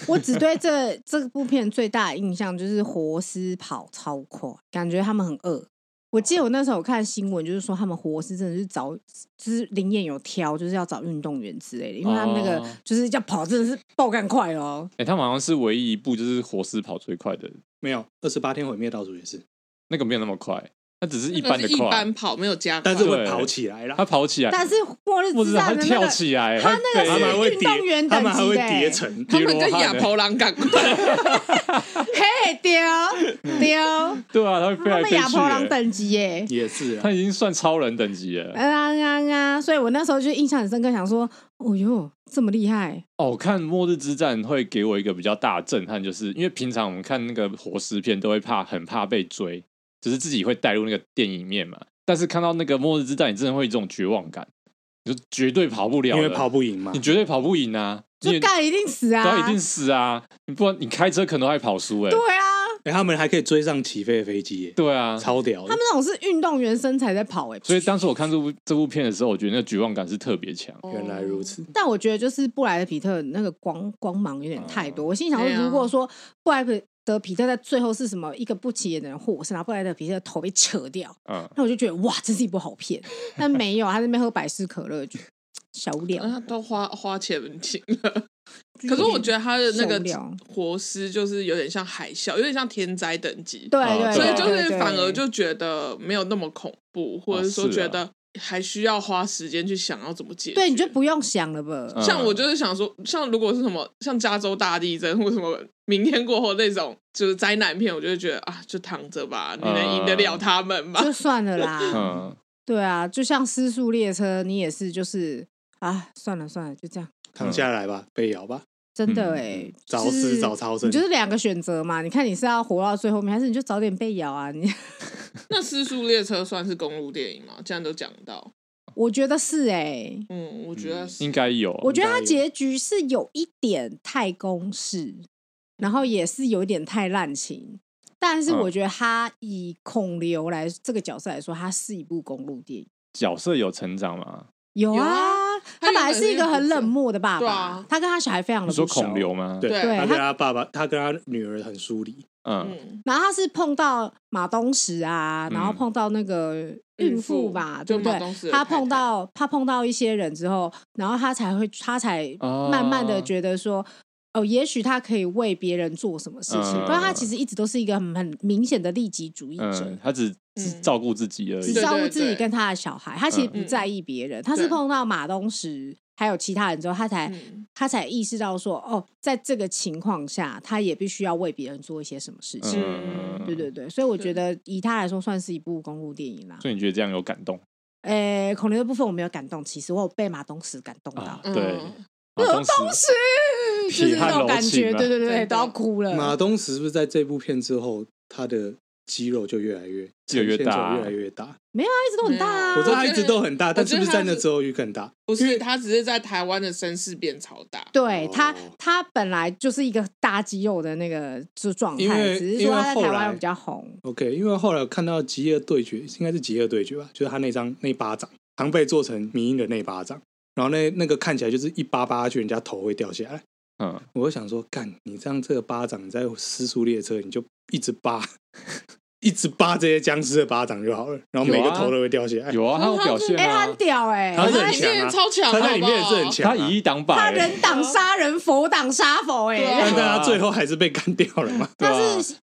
Speaker 4: 我只对这这部片最大的印象就是活尸跑超快，感觉他们很饿。我记得我那时候有看新闻，就是说他们活尸真的是找，就是林燕有挑，就是要找运动员之类的，因为他们那个
Speaker 2: 哦
Speaker 4: 就是要跑，真的是爆干快
Speaker 2: <laughs>
Speaker 4: 哦。
Speaker 2: 哎、他们好像是唯一一部就是活尸跑最快的，
Speaker 1: 没有，二十八天毁灭倒数也是，
Speaker 2: 那个没有那么快，那只是一
Speaker 3: 那
Speaker 2: 般
Speaker 3: 是
Speaker 2: 的
Speaker 3: 一
Speaker 2: 快
Speaker 3: 般。跑没有加快，
Speaker 1: 但是会
Speaker 2: 对
Speaker 1: 跑起来啦
Speaker 2: 他。跑起来，
Speaker 4: 但是末日
Speaker 2: 我
Speaker 4: 之
Speaker 2: 知道
Speaker 4: 战
Speaker 2: 他
Speaker 4: 的那
Speaker 2: 跳
Speaker 4: 个，
Speaker 2: 起来，
Speaker 4: 他那个
Speaker 1: 他
Speaker 4: 是
Speaker 1: 们还会
Speaker 4: 运
Speaker 1: 叠
Speaker 4: 动员，
Speaker 1: 他
Speaker 4: 等
Speaker 1: 们还
Speaker 4: 级
Speaker 1: 会
Speaker 4: 的
Speaker 1: 叠
Speaker 4: 欸
Speaker 1: 成。
Speaker 3: <laughs> 他们跟亚头狼赶快，
Speaker 4: <laughs> 嘿
Speaker 2: <laughs>
Speaker 4: 丢丢，
Speaker 2: 对啊，他会飞
Speaker 4: 他
Speaker 2: 来
Speaker 4: 们
Speaker 2: 飞
Speaker 4: 亚
Speaker 2: 去、
Speaker 4: 波狼
Speaker 2: 欸，
Speaker 4: 等级耶。 <laughs>
Speaker 1: 也是啊
Speaker 2: <laughs> 他，已经算超人等级了。
Speaker 4: 啊啊啊！所以我那时候就印象很深刻，想说，哦哟，这么厉害，
Speaker 2: 哦，我看《末日之战》会给我一个比较大的震撼，就是因为平常我们看那个活尸片都会怕，很怕被追，只是自己会带入那个电影面嘛。但是看到那个《末日之战》，你真的会有一种绝望感，你就绝对跑不了
Speaker 1: 因为
Speaker 2: 了
Speaker 1: 跑，不赢嘛
Speaker 2: 你。绝对跑不赢啊！你
Speaker 4: 就
Speaker 2: 也
Speaker 4: 干一定死
Speaker 2: 对啊，
Speaker 4: 啊
Speaker 2: 一，定死啊！你不然你开车可能还跑输哎、
Speaker 4: 对啊，
Speaker 1: 哎，他们还可以追上起飞的飞机耶，
Speaker 2: 对啊，
Speaker 1: 超屌的。
Speaker 4: 他们那种是运动员身材在跑哎、
Speaker 2: 所以当时我看这部这部片的时候，我觉得那个绝望感是特别强。
Speaker 1: 原来如此，
Speaker 4: 但我觉得就是布莱德皮特那个光光芒有点太多，我心想
Speaker 3: 对
Speaker 4: 说，
Speaker 3: 啊
Speaker 4: 如果说布莱德皮特在最后是什么一个不起眼的人获胜，然后布莱德皮特的头被扯掉，
Speaker 2: 嗯，
Speaker 4: 那我就觉得哇，真是一部好片。但没有，他在那边喝百事可乐，就小无聊
Speaker 3: 然。后哎都花花钱请了。嗯可是我觉得他的那
Speaker 4: 受
Speaker 3: 个
Speaker 4: 不了
Speaker 3: 活尸就是有点像海啸，有点像天灾等级，
Speaker 4: 对
Speaker 2: 哦
Speaker 4: 对，
Speaker 3: 所以
Speaker 4: 对
Speaker 3: 就是
Speaker 4: 对
Speaker 3: 反而就觉得没有那么恐怖，或者是
Speaker 2: 哦
Speaker 3: 说
Speaker 2: 是啊
Speaker 3: 觉得还需要花时间去想要怎么解决。
Speaker 4: 对，你就不用想了吧。
Speaker 2: 嗯
Speaker 3: 像我就是想说，像如果是什么像加州大地震或什么明天过后那种就是灾难片，我就会觉得啊，就躺着吧，你能赢得了他们吗？
Speaker 4: 就算了啦，
Speaker 2: 嗯，
Speaker 4: 对啊，就像《失速列车》，你也是，就是啊，算了算了，就这样，
Speaker 1: 躺下来吧，被咬吧，
Speaker 4: 真的
Speaker 2: 嗯
Speaker 4: 哎、
Speaker 1: 早
Speaker 4: 就是
Speaker 1: 死早超生
Speaker 4: 你就是两个选择嘛，你看你是要活到最后面，还是你就早点被咬啊？你 <laughs>
Speaker 3: 那《失速列车》算是公路电影吗？既然都讲到，
Speaker 4: 我觉得是哎、
Speaker 3: 嗯，我觉得是
Speaker 2: 应该有。
Speaker 4: 我觉得它
Speaker 1: 应该有
Speaker 4: 结局是有一点太公式，然后也是有一点太滥情。但是
Speaker 2: 嗯
Speaker 4: 我觉得他以孔刘来这个角色来说，他是一部公路电影。
Speaker 2: 角色有成长吗？
Speaker 4: 有
Speaker 3: 有
Speaker 4: 啊
Speaker 3: 啊，他
Speaker 4: 他本来
Speaker 3: 原本
Speaker 4: 是一
Speaker 3: 是
Speaker 4: 个很
Speaker 3: 不是
Speaker 4: 冷漠的爸
Speaker 3: 对
Speaker 4: 爸
Speaker 3: 啊，
Speaker 4: 他跟他小孩非常
Speaker 2: 你
Speaker 4: 的
Speaker 2: 说
Speaker 4: 不熟
Speaker 2: 孔刘吗？，
Speaker 1: 对，
Speaker 4: 对
Speaker 1: 他
Speaker 4: 他
Speaker 1: 跟他爸爸，他跟他女儿很疏离，
Speaker 2: 嗯，
Speaker 3: 嗯。
Speaker 4: 然后他是碰到马东石啊，然后
Speaker 2: 嗯
Speaker 4: 碰到那个孕妇吧，对
Speaker 3: 就
Speaker 4: 不
Speaker 3: 马
Speaker 4: 对？
Speaker 3: 东石的
Speaker 4: 他
Speaker 3: 太太
Speaker 4: 碰到他碰到一些人之后，然后他才会，他才
Speaker 2: 哦
Speaker 4: 慢慢的觉得说，哦，也许他可以为别人做什么事情，
Speaker 2: 嗯
Speaker 4: 不然他其实一直都是一个很很明显的利己主义者。
Speaker 2: 嗯，他只只照顾自己而
Speaker 4: 只
Speaker 2: 已。
Speaker 4: 照顾
Speaker 3: 对对
Speaker 4: 自己
Speaker 3: 对
Speaker 4: 跟他的小孩，他其实不
Speaker 3: 嗯
Speaker 4: 在意别人。他是
Speaker 3: 对
Speaker 4: 碰到马东石还有其他人之后，他才、
Speaker 3: 嗯
Speaker 4: 他才意识到说，哦，在这个情况下，他也必须要为别人做一些什么事情。
Speaker 2: 嗯，
Speaker 4: 对对。对，所以我觉
Speaker 3: 对
Speaker 4: 得以他来说，算是一部公路电影啦。
Speaker 2: 所以你觉得这样有感动
Speaker 4: 诶，孔刘的部分我没有感动，其实我有被马东石感动到
Speaker 2: 啊？，
Speaker 3: 嗯
Speaker 2: 对，
Speaker 4: 马
Speaker 2: 啊
Speaker 4: 东石就是
Speaker 2: 铁汉
Speaker 4: 那种
Speaker 2: 柔
Speaker 4: 感觉，
Speaker 2: 情啊
Speaker 4: 对对对，
Speaker 3: 真的
Speaker 4: 都要哭
Speaker 1: 马
Speaker 4: 了。
Speaker 1: 东石是不是在这部片之后，他的肌肉就越来越
Speaker 2: 越来越
Speaker 1: 呈
Speaker 2: 大
Speaker 1: 现出越来越大？
Speaker 4: 没有，他一直都很大
Speaker 1: 我
Speaker 3: 没
Speaker 4: 啊
Speaker 3: 有
Speaker 1: 知道他
Speaker 3: 我觉
Speaker 1: 一
Speaker 3: 得
Speaker 1: 直都很大，
Speaker 3: 我
Speaker 1: 但是不是
Speaker 3: 觉得
Speaker 1: 在
Speaker 3: 他
Speaker 1: 那
Speaker 3: 是
Speaker 1: 之后又更大？
Speaker 3: 不是他只是在台湾的声势变超大，
Speaker 4: 对
Speaker 1: 哦
Speaker 4: 他，他本来就是一个大肌肉的那个就状
Speaker 1: 因
Speaker 4: 态，
Speaker 1: 为
Speaker 4: 只是
Speaker 1: 因
Speaker 4: 说
Speaker 1: 为
Speaker 4: 他在
Speaker 1: 后
Speaker 4: 台
Speaker 1: 来
Speaker 4: 湾比较红。
Speaker 1: OK，因为后来我看到《极恶对决》，应该是《极恶对决》吧，就是他那张那巴掌，常被做成迷因的那巴掌，然后那那个看起来就是一巴巴下去，人家头会掉下来。
Speaker 2: 嗯，
Speaker 1: 我就想说，干你这样这个巴掌，你在失速列车你就一直扒， <laughs> 一直扒这些僵尸的巴掌就好了，然后每
Speaker 2: 有
Speaker 1: 个
Speaker 2: 啊
Speaker 1: 头都会掉下来。
Speaker 2: 有啊，他有表现
Speaker 4: 哎、他
Speaker 2: 啊
Speaker 4: 很，屌哎、
Speaker 1: 他是
Speaker 3: 在
Speaker 1: 很
Speaker 3: 里
Speaker 1: 强啊
Speaker 3: 面超强，
Speaker 1: 他在里面也是很
Speaker 3: 好
Speaker 1: 强啊，
Speaker 2: 他以一挡百、
Speaker 4: 他
Speaker 2: 欸，
Speaker 4: 人挡杀人，佛挡杀佛哎、
Speaker 3: 对啊
Speaker 1: 但但他最后还是被干掉了嘛。
Speaker 2: 对啊
Speaker 4: 那是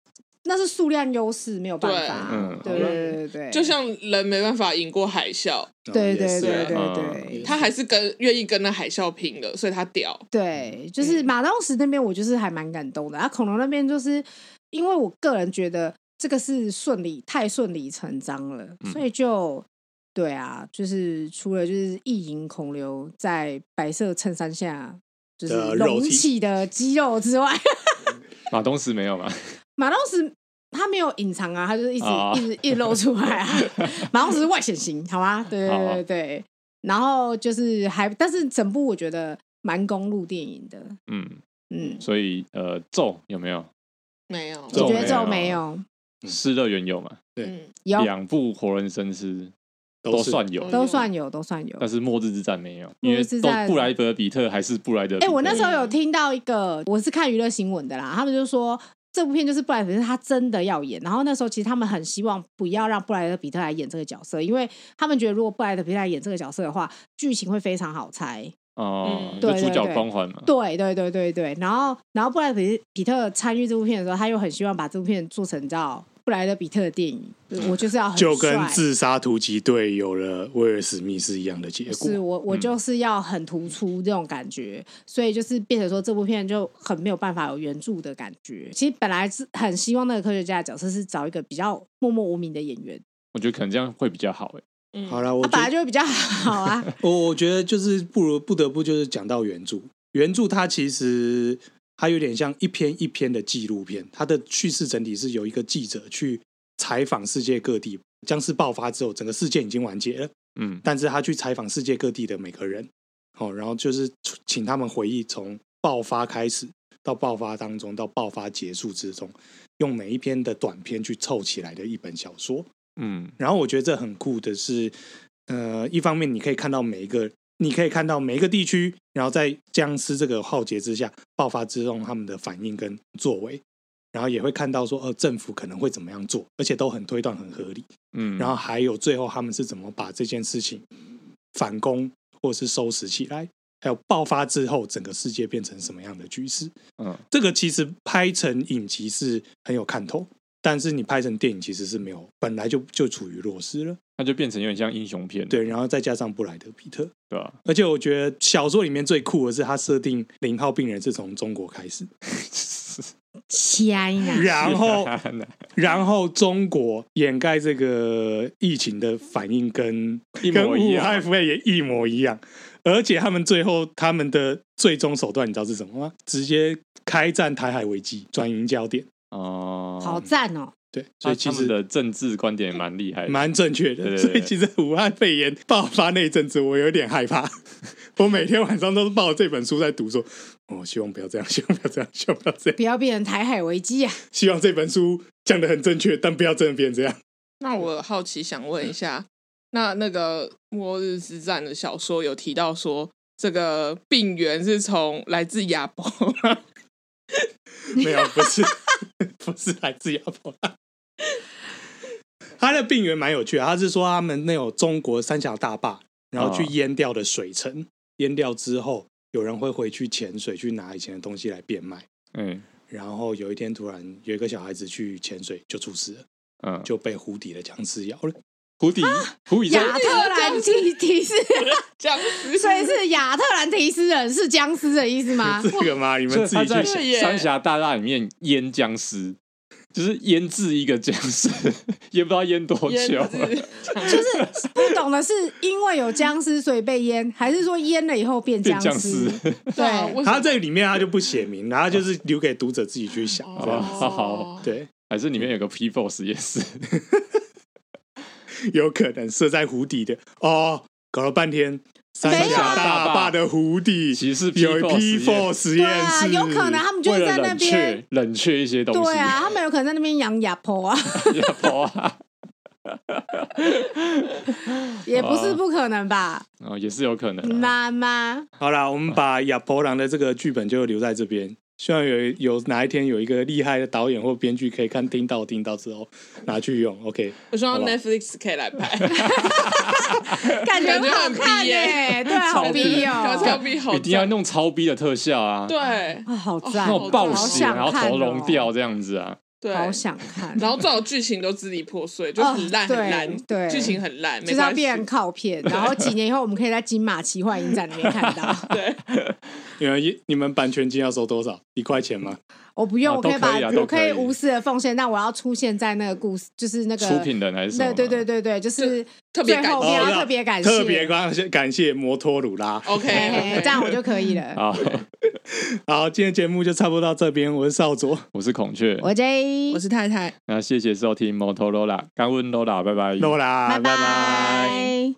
Speaker 4: 那是数量优势，没有办法。
Speaker 2: 对
Speaker 4: 对对
Speaker 2: 嗯
Speaker 4: 对对，
Speaker 3: 不好，就像人没办法赢过海啸，
Speaker 4: 对
Speaker 1: 也
Speaker 4: 对
Speaker 1: 是
Speaker 4: 对
Speaker 1: 啊
Speaker 4: 对
Speaker 1: 也
Speaker 4: 对，
Speaker 3: 他还是跟愿意跟那海啸拼的，所以他屌。
Speaker 4: 对，就是马东石那边我就是还蛮感动的，啊，恐龙那边就是因为我个人觉得这个是顺理太顺理成章了，
Speaker 2: 嗯
Speaker 4: 所以就。对啊，就是除了就是意淫孔刘在白色衬衫下就是
Speaker 1: 的肉
Speaker 4: 隆
Speaker 1: 体
Speaker 4: 起的肌肉之外， <laughs>
Speaker 2: 马东石没有嘛？
Speaker 4: 马东石他没有隐藏啊，他就是一直、
Speaker 2: 哦
Speaker 4: 一直一直露出来啊。马东石是外显型，好吗？对对
Speaker 2: 好
Speaker 4: 对对。然后就是还，但是整部我觉得蛮公路电影的，
Speaker 2: 嗯，
Speaker 4: 嗯，
Speaker 2: 所以呃，咒有没有？
Speaker 3: 没有，
Speaker 1: 咒
Speaker 4: 我觉得
Speaker 2: 没有
Speaker 4: 就没有，
Speaker 2: 失乐园有嘛？
Speaker 3: 嗯，
Speaker 4: 有
Speaker 2: 两部活人生是都
Speaker 1: 都是
Speaker 2: 算有，
Speaker 4: 都算有，都算有。
Speaker 2: 但是末日之战没有，
Speaker 4: 末
Speaker 2: 因为
Speaker 4: 日之
Speaker 2: 都
Speaker 4: 战
Speaker 2: 布莱德比特还是布莱德比特。
Speaker 4: 哎、我那时候有听到一个，我是看娱乐新闻的啦，他们就说这部片就是布莱德比特他真的要演，然后那时候其实他们很希望不要让布莱德比特来演这个角色，因为他们觉得如果布莱德比特来演这个角色的话，剧情会非常好猜。
Speaker 2: 哦，
Speaker 3: 嗯
Speaker 2: 就
Speaker 4: 对
Speaker 2: 主
Speaker 4: 对
Speaker 2: 角
Speaker 4: 对
Speaker 2: 光环嘛。
Speaker 4: 对对对对对，然后然后布莱德比比特参与这部片的时候，他又很希望把这部片做成叫布莱德比特的电影，我就是要很
Speaker 1: 就跟
Speaker 4: 帅
Speaker 1: 自杀突击队有了威尔史密斯一样的结
Speaker 4: 是
Speaker 1: 果。
Speaker 4: 我我就是要很突出这种感觉，所以就是变成说这部片就很没有办法有原著的感觉。其实本来是很希望那个科学家的角色是找一个比较默默无名的演员，
Speaker 2: 我觉得可能这样会比较好哎。
Speaker 3: 嗯
Speaker 1: 好了，我觉
Speaker 4: 他本
Speaker 1: 得
Speaker 4: 来就会比较 <laughs> 好啊。
Speaker 1: 我我觉得就是不如不得不就是讲到原著，原著它其实它有点像一篇一篇的纪录片，它的叙事整体是由一个记者去采访世界各地。僵尸爆发之后，整个事件已经完结了，
Speaker 2: 嗯
Speaker 1: 但是他去采访世界各地的每个人，哦，然后就是出请他们回忆从爆发开始到爆发当中到爆发结束之中，用每一篇的短篇去凑起来的一本小说。
Speaker 2: 嗯
Speaker 1: 然后我觉得这很酷的是，呃，一方面你可以看到每一个，你可以看到每一个地区，然后在僵尸这个浩劫之下爆发之中，他们的反应跟作为，然后也会看到说，呃，政府可能会怎么样做，而且都很推断很合理。
Speaker 2: 嗯，
Speaker 1: 然后还有最后他们是怎么把这件事情反攻或是收拾起来，还有爆发之后整个世界变成什么样的局势。
Speaker 2: 嗯
Speaker 1: 这个其实拍成影集是很有看头，但是你拍成电影其实是没有，本来就就处于弱势了。
Speaker 2: 它就变成有点像英雄片，
Speaker 1: 对，然后再加上布莱德比特，
Speaker 2: 对吧？
Speaker 1: 而且我觉得小说里面最酷的是他设定零号病人是从中国开始，
Speaker 4: 天
Speaker 1: <laughs>
Speaker 4: 啊！
Speaker 1: 然后然后中国掩盖这个疫情的反应跟
Speaker 2: 一
Speaker 1: 跟
Speaker 2: 模一
Speaker 1: 武
Speaker 2: 样
Speaker 1: 汉，肺炎一模一样，而且他们最后他们的最终手段你知道是什么吗？直接开战台海危机，转移焦点。
Speaker 2: <laughs> 哦，
Speaker 4: 好赞哦！
Speaker 1: 对，所
Speaker 2: 所以
Speaker 1: 以
Speaker 2: 啊他
Speaker 1: 其
Speaker 2: 们
Speaker 1: 实
Speaker 2: 的政治观点也蛮厉害的，
Speaker 1: 蛮正确的。
Speaker 2: 对对对
Speaker 1: 所以其实武汉肺炎爆发那一阵子，我有点害怕。 <laughs> 我每天晚上都是抱着这本书在读，说：“哦，希望不要这样， <laughs> 希望不要这样，希望不要这样，
Speaker 4: 不要变成台海危机啊！
Speaker 1: 希望这本书讲的很正确，但不要真的变这样。
Speaker 2: <laughs>
Speaker 3: 那我好奇想问一下，那那个《末日之战》的小说有提到说，这个病源是从来自亚伯 <laughs> 拉罕”
Speaker 1: 没有，不是， <laughs> 不是来自亚伯拉。他的病源蛮有趣的，他是说他们那有中国三峡大坝，然后去
Speaker 2: 哦
Speaker 1: 淹掉的水城，淹掉之后，有人会回去潜水去拿以前的东西来变卖。
Speaker 2: 嗯
Speaker 1: 然后有一天，突然有一个小孩子去潜水就出事了，
Speaker 2: 嗯，
Speaker 1: 就被湖底的僵尸咬了。
Speaker 2: 胡迪胡迪
Speaker 4: 亚特兰提提示，
Speaker 3: 僵尸，
Speaker 4: 所以是亚特兰提斯人是僵尸的意思
Speaker 1: <laughs>
Speaker 4: 吗？
Speaker 1: 这个吗？你们
Speaker 2: 所以
Speaker 1: 自
Speaker 2: 他
Speaker 1: 己去
Speaker 2: 在
Speaker 1: 想。
Speaker 3: 对耶
Speaker 2: 三峡大坝里面腌僵尸，就是腌制一个僵尸， <laughs> 也不知道腌多
Speaker 3: 腌
Speaker 1: 啊
Speaker 3: <laughs>
Speaker 2: 久了。
Speaker 3: 制僵
Speaker 4: 就
Speaker 3: 尸
Speaker 4: 是不懂的是，因为有僵尸所以被淹，还是说淹了以后变
Speaker 2: 变
Speaker 4: 僵
Speaker 2: 僵
Speaker 4: 尸？
Speaker 2: 尸，
Speaker 3: 对啊，为什
Speaker 4: 对，
Speaker 1: 他
Speaker 3: 么
Speaker 1: 在里面他就不写明，然后就是留给读者自己去想。
Speaker 4: 哦
Speaker 1: 这样
Speaker 2: 好好
Speaker 1: 对，
Speaker 2: 还是里面有个 P Force 也是，
Speaker 1: 有可能设在湖底的哦。搞了半天，三
Speaker 4: 没有
Speaker 1: 峡
Speaker 4: 啊
Speaker 1: 大坝的湖底
Speaker 2: 其实是 P4
Speaker 1: 有 P four 实
Speaker 4: 对
Speaker 1: 验
Speaker 4: 啊，
Speaker 1: 室，
Speaker 4: 有可能他们就
Speaker 2: 为
Speaker 4: 是
Speaker 2: 了
Speaker 4: 在那
Speaker 2: 冷
Speaker 4: 边
Speaker 2: 却，冷却一些东西。
Speaker 4: 对
Speaker 2: <laughs>
Speaker 4: 啊，他们有可能在那边养亚婆啊，
Speaker 2: 也跑啊，
Speaker 4: 也不是不可能吧？
Speaker 2: 哦，也是有可能啊。
Speaker 4: 妈妈，
Speaker 1: 好啦，我们把亚伯朗的这个剧本就留在这边。希望有有哪一天有一个厉害的导演或编剧可以看听到听到之后拿去用。OK，
Speaker 3: 我希望
Speaker 1: 好吧
Speaker 3: Netflix 可以来拍，
Speaker 4: 感
Speaker 3: 感
Speaker 4: 觉很
Speaker 3: 觉
Speaker 4: 好
Speaker 3: 很
Speaker 4: 看
Speaker 3: 逼耶
Speaker 4: 耶，对，啊好
Speaker 3: <laughs>
Speaker 4: 逼
Speaker 3: 高
Speaker 4: 哦，
Speaker 3: 超逼好
Speaker 2: 一定要
Speaker 3: 赞，
Speaker 2: 弄超逼的特效啊，
Speaker 3: 对
Speaker 4: 啊，好赞，
Speaker 2: 那种
Speaker 4: 好
Speaker 2: 暴血，
Speaker 4: 想
Speaker 2: 然后
Speaker 4: 看
Speaker 2: 头
Speaker 4: 哦
Speaker 2: 融，掉这样子啊。
Speaker 3: 对，
Speaker 4: 好想看，
Speaker 3: 然后最好剧情都支离破碎，就很烂
Speaker 4: 哦对
Speaker 3: 很烂，
Speaker 4: 对
Speaker 3: 剧情很烂，
Speaker 4: <laughs> 就是
Speaker 3: 没
Speaker 4: 要
Speaker 3: 关系
Speaker 4: 变成靠片，然后几年以后我们可以在金马奇幻影展里面看到。
Speaker 3: 对，
Speaker 1: 你们你们版权金要收多少？一块钱吗？
Speaker 4: 我不用，
Speaker 2: 啊
Speaker 4: 我可以
Speaker 2: 都
Speaker 4: 把
Speaker 2: 可以啊
Speaker 4: 我
Speaker 2: 都
Speaker 4: 可
Speaker 2: 可
Speaker 4: 以
Speaker 2: 以
Speaker 4: 无私的奉献，但我要出现在那个故事，就是那个
Speaker 2: 出品人还是什
Speaker 4: 那
Speaker 2: 么？
Speaker 4: 啊
Speaker 2: 啊
Speaker 4: 对对，对对，就是
Speaker 3: 特别
Speaker 4: 最
Speaker 3: 感
Speaker 4: 后
Speaker 3: 谢
Speaker 4: 面
Speaker 1: 哦
Speaker 4: 要
Speaker 1: 那
Speaker 4: 特别感谢，
Speaker 1: 特别感谢感谢摩托鲁拉。
Speaker 3: OK，
Speaker 4: 嘿
Speaker 2: 哦
Speaker 4: 嘿嘿
Speaker 3: OK
Speaker 4: 这样我就可以了。
Speaker 2: <laughs> 好，
Speaker 1: 好，今天节目就差不多到这边，我是少佐，
Speaker 2: 我是孔雀，
Speaker 4: 我 J，
Speaker 3: 我是太太。
Speaker 2: 那谢谢收听 Motorola，干问 Lola，拜拜
Speaker 1: 诺啦，
Speaker 4: 拜。